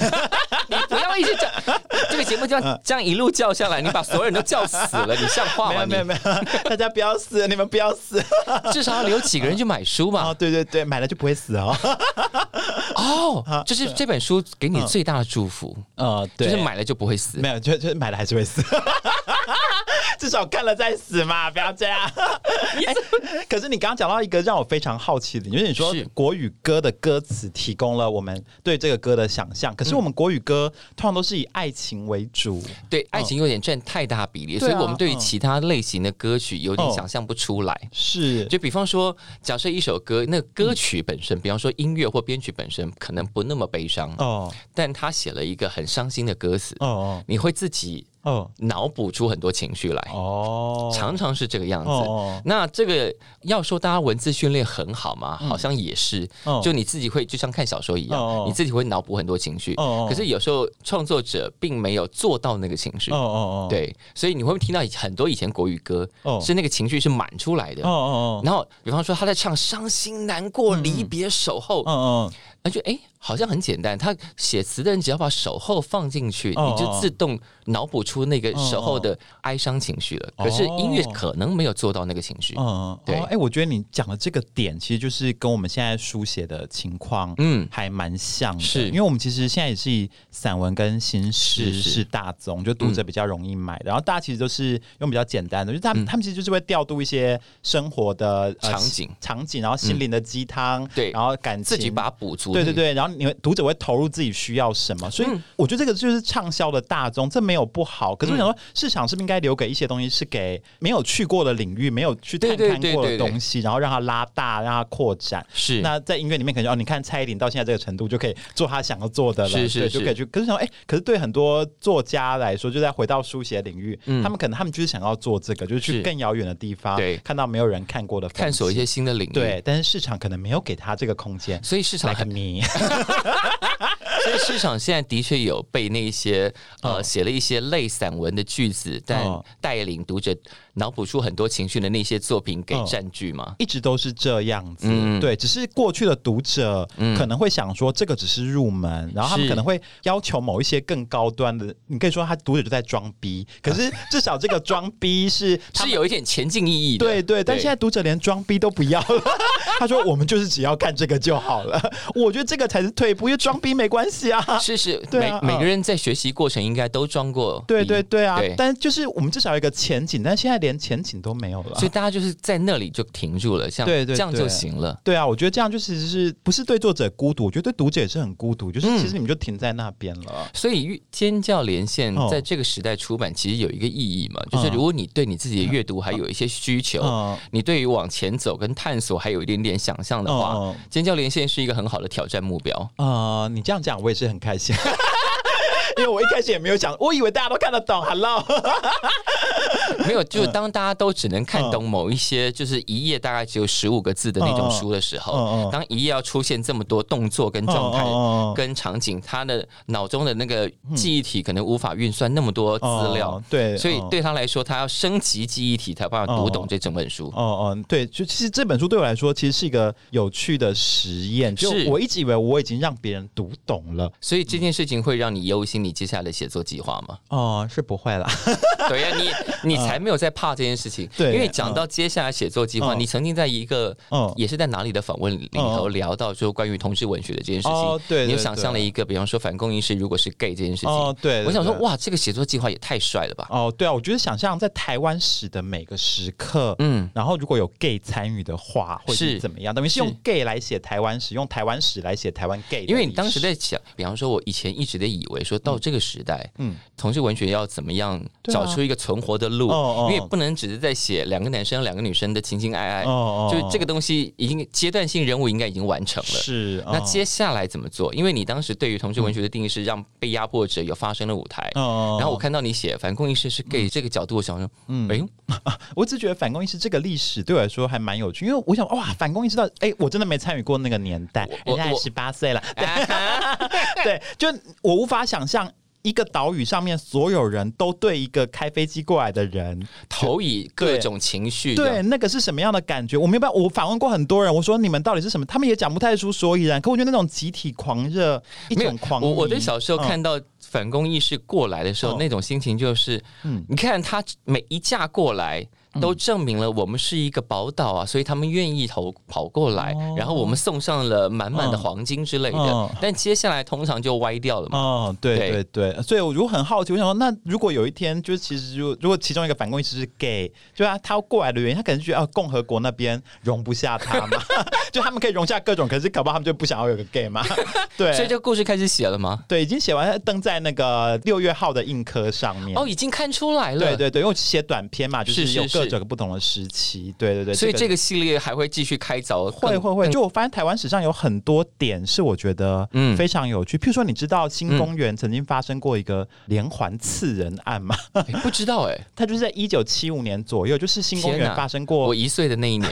C: 你不要一直讲，这个节目就
B: 嗯
C: 要这样一路叫下来，你把所有人都叫死了，你像话
B: 没
C: 吗？
B: 有没有
C: 你
B: 没有， 大家不要死，你们不要死
C: 至少要留几个人去买书嘛
B: 哦，。对对对，买了就不会死 哦。嗯
C: 哦，这是这本书给你最大的祝福，
B: 呃，
C: 就是买了就不会死。
B: 没有，就就买了还是会死， 至少看了再死嘛，不要这 样。哎可是你刚刚讲到一个让我非常好奇的，就是你说
C: 是
B: 国语歌的歌词提供了我们对这个歌的想象，
C: 嗯
B: 可是我们国语歌通常都是以爱情为主，
C: 对，爱情有点占太大比例，
B: 嗯对
C: 所
B: 啊嗯
C: 以我们对于其他类型的歌曲有点想象不出来。
B: 是
C: 就比方说，假设一首歌，那歌曲本身，比方说音乐或编曲本身，可能不那么悲伤，
B: 哦
C: 但他写了一个很伤心的歌词，
B: 哦
C: 你会自己
B: 哦
C: 脑补出很多情绪来，
B: 哦
C: 哎常常是这个样子。
B: 哦
C: 那这个要说大家文字训练很好吗？好像也是，
B: 哦
C: 就你自己会就像看小说一
B: 嗯哦
C: 样，你自己会脑补很多情绪，
B: 哦
C: 可是有时候创作者并没有做到那个情绪
B: 哦。哦，
C: 对，所以你会听到很多以前国语歌，
B: 哦
C: 是那个情绪是满出来的。
B: 哦哦
C: 然后，比方说他在唱伤心、难过、离别、守候
B: 哦，哦
C: 那就哎，好像很简单。他写词的人只要把守候放进去，
B: 哦
C: 你就自动脑补出那个守候的哀伤情绪了。可是音乐
B: 哦
C: 可能没有做到那个情绪。
B: 嗯，
C: 对
B: 哦哎、我觉得你讲的这个点，其实就是跟我们现在书写的情况，嗯
C: 嗯，
B: 还蛮像的。
C: 是
B: 因为我们其实现在也是以散文跟新诗
C: 是是嗯
B: 是大宗，就读者比较容易买的，然后大家其实都是用比较简单的，就是他们、他们其实就是会调度一些生活的、呃
C: 场景嗯
B: 场景，然后心灵的鸡汤、
C: 对
B: 然后感情
C: 自己把它补足。
B: 对对，对，然后你们读者会投入自己需要什么，所以
C: 嗯
B: 我觉得这个就是畅销的大宗，这没有不好。可是我想说，
C: 嗯
B: 市场是不是应该留给一些东西是给没有去过的领域、没有去探
C: 对对
B: 看
C: 对
B: 过的
C: 对对
B: 东西，然后让它拉大、让它扩展。
C: 是
B: 那在音乐里面，可能哦，你看蔡依林到现在这个程度，就可以做她想要做的了，
C: 是是
B: 对
C: 是
B: 就可以去。可是想说，哎、可是对很多作家来说，就在回到书写领域，他们可能他们就是想要做这个，就是去
C: 嗯是
B: 更遥远的地方，
C: 对
B: 看到没有人看过的风景，
C: 探索一些新的领域。
B: 对，，但是市场可能没有给他这个空间，
C: 所以市场
B: like me。
C: 所以市场现在的确有被那一些呃写了一些类散文的句子，但
B: 哦
C: 带领读者脑补出很多情绪的那些作品
B: 哦
C: 给占据吗？
B: 一直都是这样子，
C: 嗯
B: 对，只是过去的读者可能会想说这个只是入门，然后他们
C: 是
B: 可能会要求某一些更高端的，你可以说他读者就在装逼，可 是至少这个装逼是他
C: 是
B: 们。
C: 有一点前进意义的，
B: 对对，但现在读者连装逼都不要了。 他说：“我们就是只要看这个就好了。” 我觉得这个才是退步，因为装逼没关系啊。
C: 是是，
B: 对啊
C: 每每
B: 嗯
C: 个人在学习过程应该都装过，
B: 对对，对啊！
C: 对
B: 但就是我们至少有一个前景，但现在连前景都没有了
C: 所。以大家就是在那里就停住了，像
B: 啊对对
C: 这样
B: 对
C: 就行了。
B: 对啊，我觉得这样就其实是不是对作者孤独？我觉得对读者也是很孤独，
C: 嗯
B: 就是其实你们就停在那边了。
C: 所以尖叫连线
B: 哦
C: 在这个时代出版，其实有一个意义嘛，就是如果你对你自己的阅读还
B: 啊
C: 有一些需求，
B: 嗯
C: 你对于往前走跟探索还有一点点想象的话，
B: 嗯嗯
C: 尖叫连线是一个很好的挑战目 标。
B: 呃，你这样讲我也是很开心， 因为我一开始也没有想，我以为大家都看得懂。Hello，
C: 没有，就是当大家都只能看懂某一些，就是一页大概只有十五个字的那种书的时候，
B: 嗯嗯嗯
C: 当一页要出现这么多动作跟状
B: 嗯
C: 态、
B: 嗯嗯嗯
C: 跟场景，他的脑中的那个记忆体可能无法运算那么多资料，
B: 哦对，
C: 所以
B: 哦
C: 对他来说，他要升级记忆体才有办法读懂这整本书。
B: 哦哦，对，就其实这本书对我来说，其实是一个有趣的实验。就是我一直以为我已经让别人读懂了，
C: 所以这
B: 嗯
C: 件事情会让你忧心你接下来的写作计划吗？
B: 哦，是不会啦。
C: 对呀、你你才没有在怕这件事情。
B: 啊对
C: 因为讲到接下来写作计划，
B: 嗯
C: 你曾经在一个
B: 嗯
C: 也是在哪里的访问里头聊到，就关于同志文学的这件事情。
B: 哦对对
C: 你就想象了一个，比方说反共意识如果是 gay 这件事情，
B: 哦对对
C: 我想说
B: 对
C: 哇，这个写作计划也太帅了吧！
B: 哦，对啊，我觉得想象在台湾史的每个时刻，
C: 嗯
B: 嗯，然后如果有 gay 参与的话，会
C: 是
B: 是怎么样？等于是用
C: 是
B: gay 来写台湾史，用台湾史来写台湾 gay 的历史。
C: 因为你当时在想，比方说，我以前一直的以为，说到这个时代，嗯
B: 嗯，
C: 同志文学要怎么样
B: 对啊
C: 找出一个存活的路，
B: 哦哦
C: 因为不能只是在写两个男生、两个女生的情情爱爱，
B: 哦哦
C: 就是这个东西已经阶段性任务应该已经完成了。
B: 是
C: 那
B: 哦
C: 接下来怎么做？因为你当时对于同志文学的定义是让被压迫者有发声的舞台，
B: 哦
C: 然后我看到你写反共意识是给这个角度，我想说，嗯，哎呦，
B: 啊我只觉得反共意识这个历史对我来说还蛮有趣，因为我想哇，反共意识到哎、我真的没参与过那个年代，
C: 我
B: 人家
C: 我
B: 十八岁了，对
C: 啊哈
B: 对，就我无法想象。一个岛屿上面所有人都对一个开飞机过来的人，
C: 投以各种情绪，这
B: 对
C: 样，
B: 那个是什么样的感觉？我没有办法，我访问过很多人，我说你们到底是什么？他们也讲不太出所以然。可我觉得那种集体狂热，一
C: 没有
B: 种狂迷，
C: 我我对小时候
B: 嗯
C: 看到反共意识过来的时候，
B: 嗯
C: 那种心情就是，你看他每一架过来。
B: 嗯
C: 都证明了我们是一个宝岛啊，所以他们愿意投跑过来，
B: 哦
C: 然后我们送上了满满的黄金之类的。
B: 嗯嗯
C: 但接下来通常就歪掉了嘛。
B: 哦，对
C: 对
B: 对对，所以我就很好奇，我想说，那如果有一天，就是其实如果如果其中一个反共意识是 gay，就他他过来的原因，他可能觉得啊，共和国那边容不下他嘛， 就他们可以容下各种，可是搞不好他们就不想要有个 gay 嘛，对，
C: 所以这个故事开始写了吗？
B: 对已经写完，登在那个六月号的硬科上面。
C: 哦，已经看出来了。
B: 对对对，因为我写短篇嘛，就是是
C: 是
B: 有各
C: 是
B: 种不同的时期，对对对，
C: 所以这个系列还会继续开凿更，
B: 会会会，就我发现台湾史上有很多点是我觉得
C: 嗯
B: 非常有趣，譬如说你知道新公园曾经发生过一个连环刺人案吗？
C: 诶不知道哎、
B: 它就是在一九七五年左右，就是新公
C: 天
B: 园
C: 哪
B: 发生
C: 我
B: 过
C: 一岁的那 一年，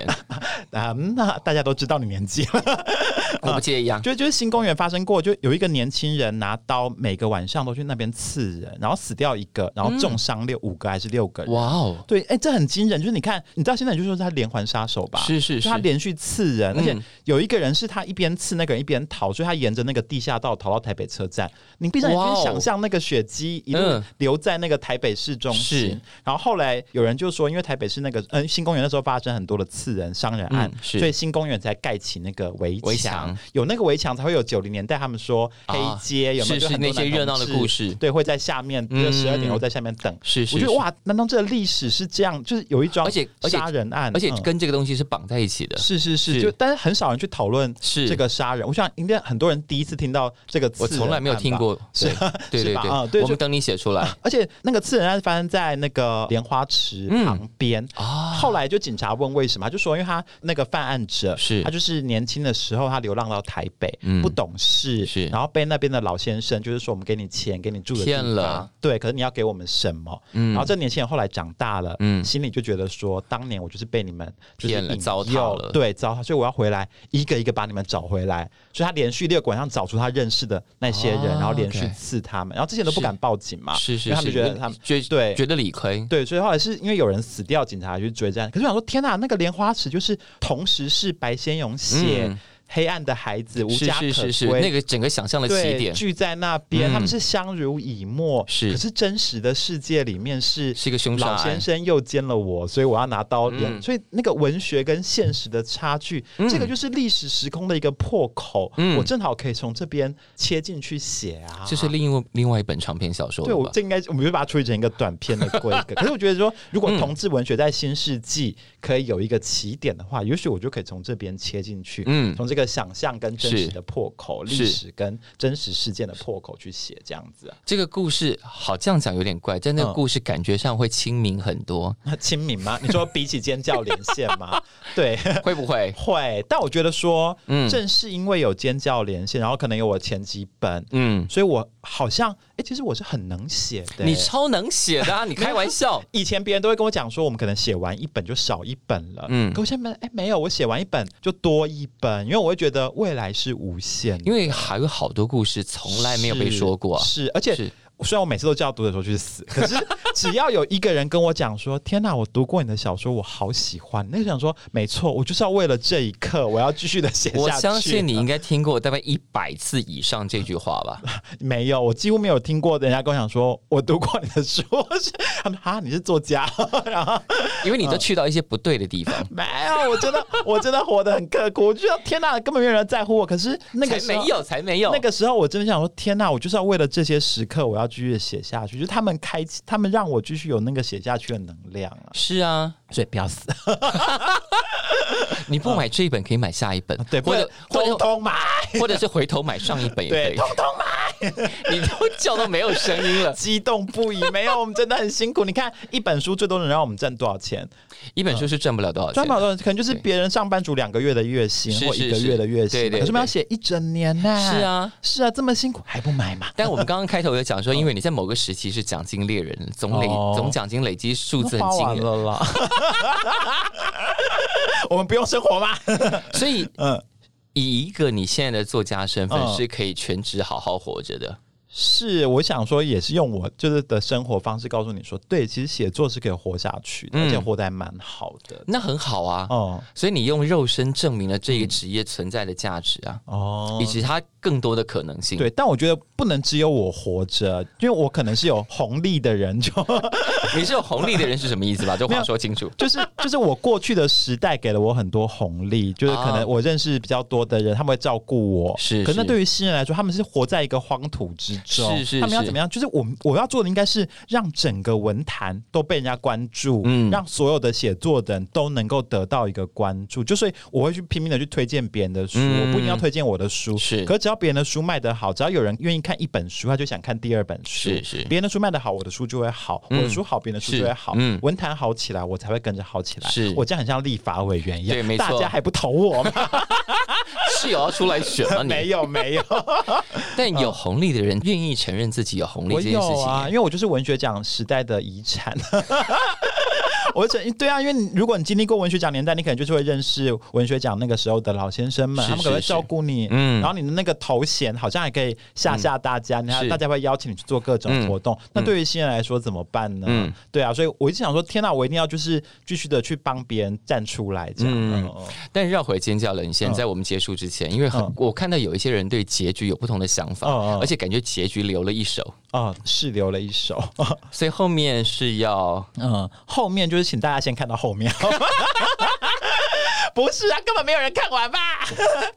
B: 啊、那大家都知道你年纪了，
C: 我不介意啊。
B: 就就是新公园发生过，就有一个年轻人拿刀，每个晚上都去那边刺人，然后死掉一个，
C: 嗯
B: 然后重伤六、五个还是六个人。
C: 哇哦，
B: 对，哎、这很惊人，就是你看，你知道现在你就说他连环杀手吧？
C: 是是是
B: 就他连续刺人，
C: 嗯
B: 而且有一个人是他一边刺那个人一边逃，所以他沿着那个地下道逃到台北车站。你闭上眼
C: 哇哦
B: 睛想象那个血迹一路
C: 嗯
B: 留在那个台北市中心。
C: 是
B: 然后后来有人就说，因为台北市那个嗯、新公园那时候发生很多的刺人伤人案
C: 嗯，是
B: 所以新公园才盖起那个围
C: 围墙
B: 有那个围墙才会有九零年代他们说黑
C: 啊
B: 街、有没
C: 是
B: 有就是很
C: 那
B: 多
C: 些
B: 男
C: 热闹的
B: 同志
C: 故事
B: 对，会在下面，
C: 嗯
B: 就十二点后在下面等。
C: 是是
B: 我觉得
C: 是
B: 哇，南通这个历史是这样，就是有一桩，
C: 而且而且
B: 杀人案，
C: 而且
B: 嗯
C: 跟这个东西是绑在一起的，
B: 是是
C: 是
B: 是，就但是很少人去讨论
C: 是
B: 这个杀人。我想应该很多人第一次听到这个词，
C: 我从来没有听。过。
B: 是
C: 对对对
B: 是吧啊
C: 对，
B: 对
C: 我们
B: 就啊
C: 等你写 出来
B: 而且那个刺人案发生在那个莲花池旁边，
C: 啊。
B: 后来就警察问为什么，他就说因为他那个犯案者
C: 是
B: 他就是年轻的时候他流浪到台北，
C: 嗯
B: 不懂事，
C: 是
B: 然后被那边的老先生就是说我们给你钱，给你住的地
C: 骗
B: 方
C: 了，
B: 对，可是你要给我们什么？
C: 嗯
B: 然后这年轻人后来长大了，
C: 嗯
B: 心里就觉得说，当年我就是被你们就是
C: 骗了
B: 引
C: 糟蹋
B: 诱
C: 了
B: 对，糟蹋，所以我要回来一个一个把你们找回来。所以他连续六个晚上找出他认识的那些人，
C: 哦
B: 然后连续
C: OK
B: 刺他们，然后这些人都不
C: 是
B: 敢报警嘛，
C: 是是
B: 啊因为他们
C: 是，
B: 觉得他们
C: 觉
B: 对
C: 觉得理亏，
B: 对，所以后来是因为有人死掉，警察去追战。可是我想说，天呐，那个莲花池就是同时是白先勇写、
C: 嗯
B: 黑暗的孩子》，无
C: 是
B: 家可
C: 是
B: 归，
C: 是是，那个整个想象的起
B: 对
C: 点
B: 聚在那边，
C: 嗯
B: 他们是相濡以沫。
C: 是
B: 可是真实的世界里面是
C: 是一个凶杀
B: 老先，
C: 案
B: 生又奸了我，所以我要拿刀连。
C: 嗯
B: 所以那个文学跟现实的差距，
C: 嗯
B: 这个就是历史时空的一个破口。
C: 嗯
B: 我正好可以从这边切进去写啊。
C: 这是另外另外一本长篇小说
B: 对，
C: 了
B: 我
C: 吧？
B: 这应该我们就把它处理成一个短片的规 格。可是我觉得说，如
C: 嗯
B: 果同志文学在新世纪可以有一个起点的话，也许我就可以从这边切进去，
C: 嗯
B: 从这个想象跟真
C: 是
B: 实的破口、历
C: 是
B: 史跟真实事件的破口去写这样子啊，
C: 这个故事好这样讲有点怪，但那个
B: 嗯
C: 故事感觉上会亲民很多，
B: 那亲民吗？你说比起尖叫连线吗？ 对。
C: 会不会？
B: 会，但我觉得说，
C: 嗯
B: 正是因为有尖叫连线，然后可能有我前几本，
C: 嗯，
B: 所以我好像，哎、其实我是很能写的、欸
C: 你
B: 诶
C: 超能写的啊！你开玩笑，
B: 以前别人都会跟我讲说，我们可能写完一本就少一本了，
C: 嗯
B: 嗯，可我现在哎没有，我写完一本就多一本，因为我会觉得未来是无限的，
C: 因为还有好多故事从来没有被说过啊。
B: 是，是而且
C: 是
B: 虽然我每次都叫读者说去 死，可是只要有一个人跟我讲说，天哪，我读过你的小说，我好喜欢，那就想说，没错，我就是要为了这一刻，我要继续的写下去。
C: 我相信你应该听过大概一百次以上这句话吧？
B: 没有，我几乎没有听过人家跟我讲说，我读过你的书， 我是他们哈，你是作家， 然后。，
C: 因为你都去到一些不对的地方
B: 没有，我真的我真的活得很刻苦，我就觉得天哪，根本没有人在乎我。可是那个
C: 才
B: 时候
C: 没。有，才没有。
B: 那个时候我真的想说，天哪！我就是要为了这些时刻，我要继续写下去。就是他们开启，他们让我继续有那个写下去的能量啊！
C: 是啊，
B: 所以不要死，
C: 你不买这一本可以买下一本，
B: 对，
C: 或
B: 不
C: 者
B: 者
C: 或
B: 通
C: 者
B: 通买，
C: 或者是回头买上一本也可
B: 对，
C: 以
B: 通。通买，
C: 你都叫到没有声 音了，
B: 激动不已。没有，我们真的很辛苦。你看，一本书最多能让我们挣多少钱？
C: 一本书是赚不了多少钱
B: 赚不了
C: 的。
B: 多少钱，可能就是
C: 对
B: 别人上班族两个月的月薪
C: 是
B: 或
C: 是
B: 一个
C: 是
B: 月的月
C: 对
B: 薪嘛，
C: 对
B: 可是我们要
C: 对
B: 写一整年呢。
C: 是，啊，
B: 是啊，这么辛苦还不买嘛？
C: 但我们刚刚开头有讲 说，因为你在某个时期是奖金猎人，总累
B: 哦
C: 总奖金累积数字
B: 都
C: 很
B: 花
C: 惊
B: 完
C: 人，
B: 了啦。 我们不用生活吗？
C: 所以
B: 嗯，
C: 以一个你现在的作家身份
B: 嗯
C: 是可以全职好好活着的。
B: 是，我想说也是用我就是的生活方式告诉你说，对，其实写作是可以活下去的，
C: 嗯
B: 而且活得还蛮好的。
C: 那很好啊。
B: 哦
C: 所以你用肉身证明了这个职业存在的价值啊，
B: 哦
C: 以，及它更多的可能性。
B: 对，，但我觉得不能只有我活着，因为我可能是有红利的人，就。
C: 你是有红利的人是什么意思吧？这话说清楚
B: 就是就是我过去的时代给了我很多红利，就是可
C: 啊
B: 能我认识比较多的人，他们会照顾我。
C: 是
B: 可是那
C: 是
B: 对于新人来说，他们是活在一个荒土之中，
C: 是是
B: 他们要
C: 是
B: 怎么样？就是我们我要做的应该是让整个文坛都被人家关注，
C: 嗯
B: 让所有的写作的人都能够得到一个关注。就所以我会去拼命的去推荐别人的书，
C: 嗯
B: 我不一定要推荐我的书，
C: 是
B: 可只要别人的书卖得好，只要有人愿意看一本书，他就想看第二本书，
C: 是是
B: 别人的书卖得好，我的书就会好，我的
C: 嗯
B: 书好，别人的书
C: 是
B: 就会好，
C: 嗯
B: 文坛好起来，我才会跟着好起来。
C: 是
B: 我这样很像立法委员一样，
C: 对没错
B: 大家还不投我吗？
C: 是有要出来选吗？
B: 没
C: 你？
B: 有没有，
C: 但有红利的人愿意承认自己有红利
B: 我
C: 这件事
B: 有
C: 情。
B: 啊，因为我就是文学奖时代的遗产。 我整对啊，因为你如果你经历过文学奖年代，你可能就是会认识文学奖那个时候的老先生们，
C: 是
B: 他们可能会
C: 是
B: 照顾你，
C: 嗯
B: 然后你的那个头衔好像还可以吓吓大家，你看
C: 是
B: 大家会邀请你去做各种活动。那对于新人来说怎么办呢？
C: 嗯
B: 对啊，所以我一直想说，天哪、我一定要就是继续的去帮别人站出来，这样。
C: 嗯
B: 嗯嗯
C: 但绕回尖叫冷线，
B: 嗯
C: 在我们结束之前，因为很
B: 嗯
C: 我看到有一些人对结局有不同的想法，
B: 嗯嗯
C: 而且感觉结局留了一手，
B: 啊、是留了一手。
C: 所以后面是要
B: 嗯，后面就是请大家先看到后 面。不是啊，根本没有人看完吧？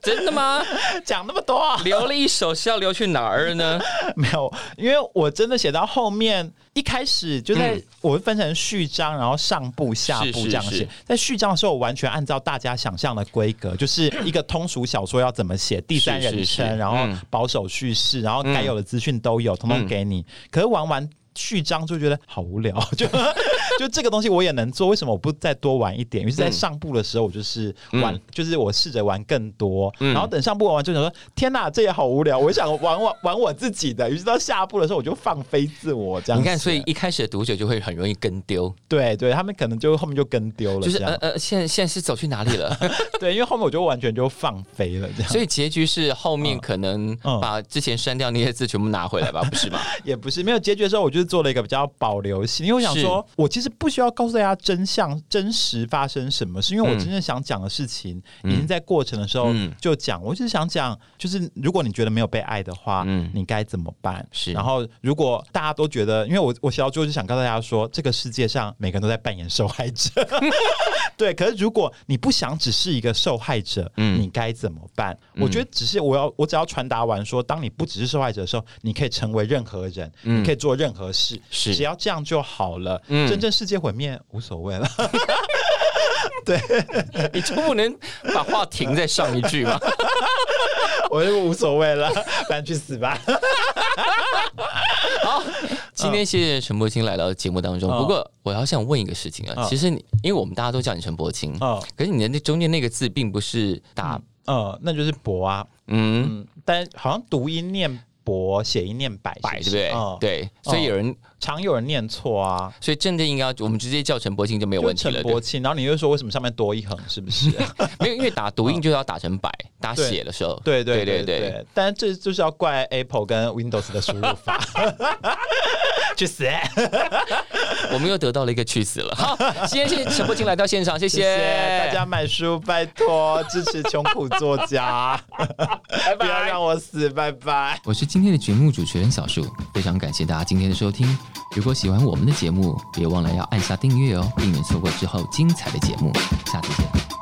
C: 真的吗？
B: 讲那么多，
C: 留了一手是要留去哪儿呢？
B: 没有，因为我真的写到后面，一开始就在、
C: 嗯
B: 我会分成序章，然后上部、下
C: 是
B: 部
C: 是
B: 这样写。
C: 是
B: 在序章的时候，我完全按照大家想象的规格，就是一个通俗小说要怎么写，第三人称，
C: 是是
B: 然后
C: 嗯
B: 保守叙事，然后该有的资讯都有，通通给你。可是玩完。序章就觉得好无聊，就 就这个东西我也能做，为什么我不再多玩一点？于是，
C: 嗯
B: 在上部的时候，我就是玩，就是我试着玩更多，
C: 嗯
B: 然后等上部玩完就想说，天哪，这也好无聊，我想玩 玩玩我自己的。于是到下部的时候，我就放飞自我，这样
C: 你
B: 子。
C: 看，所以一开始的读者就会很容易跟丢，
B: 对对，他们可能就后面就跟丢了，
C: 就是
B: 这
C: 呃
B: 样。
C: 呃，现在现在是走去哪里 了？
B: 对，因为后面我就完全就放飞了，这样。
C: 所以结局是后面可能
B: 嗯
C: 把之前删掉那些字全部拿回 来吧，不是吗？
B: 也不是没有结局的时候，我就是做了一个比较保留性，因为我想说，我其实不需要告诉大家真相、真实发生什么事，因为我
C: 嗯
B: 真正想讲的事情、
C: 嗯
B: 已经在过程的时候
C: 嗯
B: 就讲。我就是想讲，就是如果你觉得没有被爱的话，
C: 嗯
B: 你该怎么办？
C: 是
B: 然后如果大家都觉得，因为我我写到最后就想告诉大家说，这个世界上每个人都在扮演受害者。对，可是如果你不想只是一个受害者，
C: 嗯
B: 你该怎么办？我觉得只是我要，我只要传达完说，当你不只是受害者的时候，你可以成为任何人，你可以做任何事，
C: 嗯是
B: 只要这样就好了。
C: 嗯
B: 真正世界毁灭无所谓了。
C: 你就不能把话停在上一句吗？
B: 嗯我就无所谓了， 反正去死 吧。
C: 好，今天谢谢陈柏青来到节目当中。
B: 嗯
C: 不过我要想问一个事情啊，
B: 嗯
C: 其实你因为我们大家都叫你陈柏青，
B: 哦，
C: 可是你的那中间那个字并不是打
B: 呃，那就是博啊，
C: 嗯
B: 嗯，但好像读音念博，写音念百，
C: 百，对
B: 是
C: 不
B: 是
C: 对
B: 嗯？
C: 对，所以有人
B: 常有人念错啊。
C: 所以真的应该我们直接叫陈柏青就没有
B: 就
C: 问题
B: 陈
C: 了。
B: 柏青，然后你又说为什么上面多一横，是不是？
C: 对没有，因为打读音就要打成百，打写的时候，
B: 嗯对对对
C: 对
B: 对
C: 对。
B: 对，但这就是要怪 Apple 跟 Windows 的输入法， 去死！
C: 我们又得到了一个去 死了。好，今天谢谢陈柏青来到现场，谢
B: 谢谢大家买书，拜托支持穷苦作家， 不要让我死，拜拜。
C: 我是今天的节目主持人小树，非常感谢大家今天的收听。如果喜欢我们的节目，别忘了要按下订阅哦，避免错过之后精彩的节目。下次见。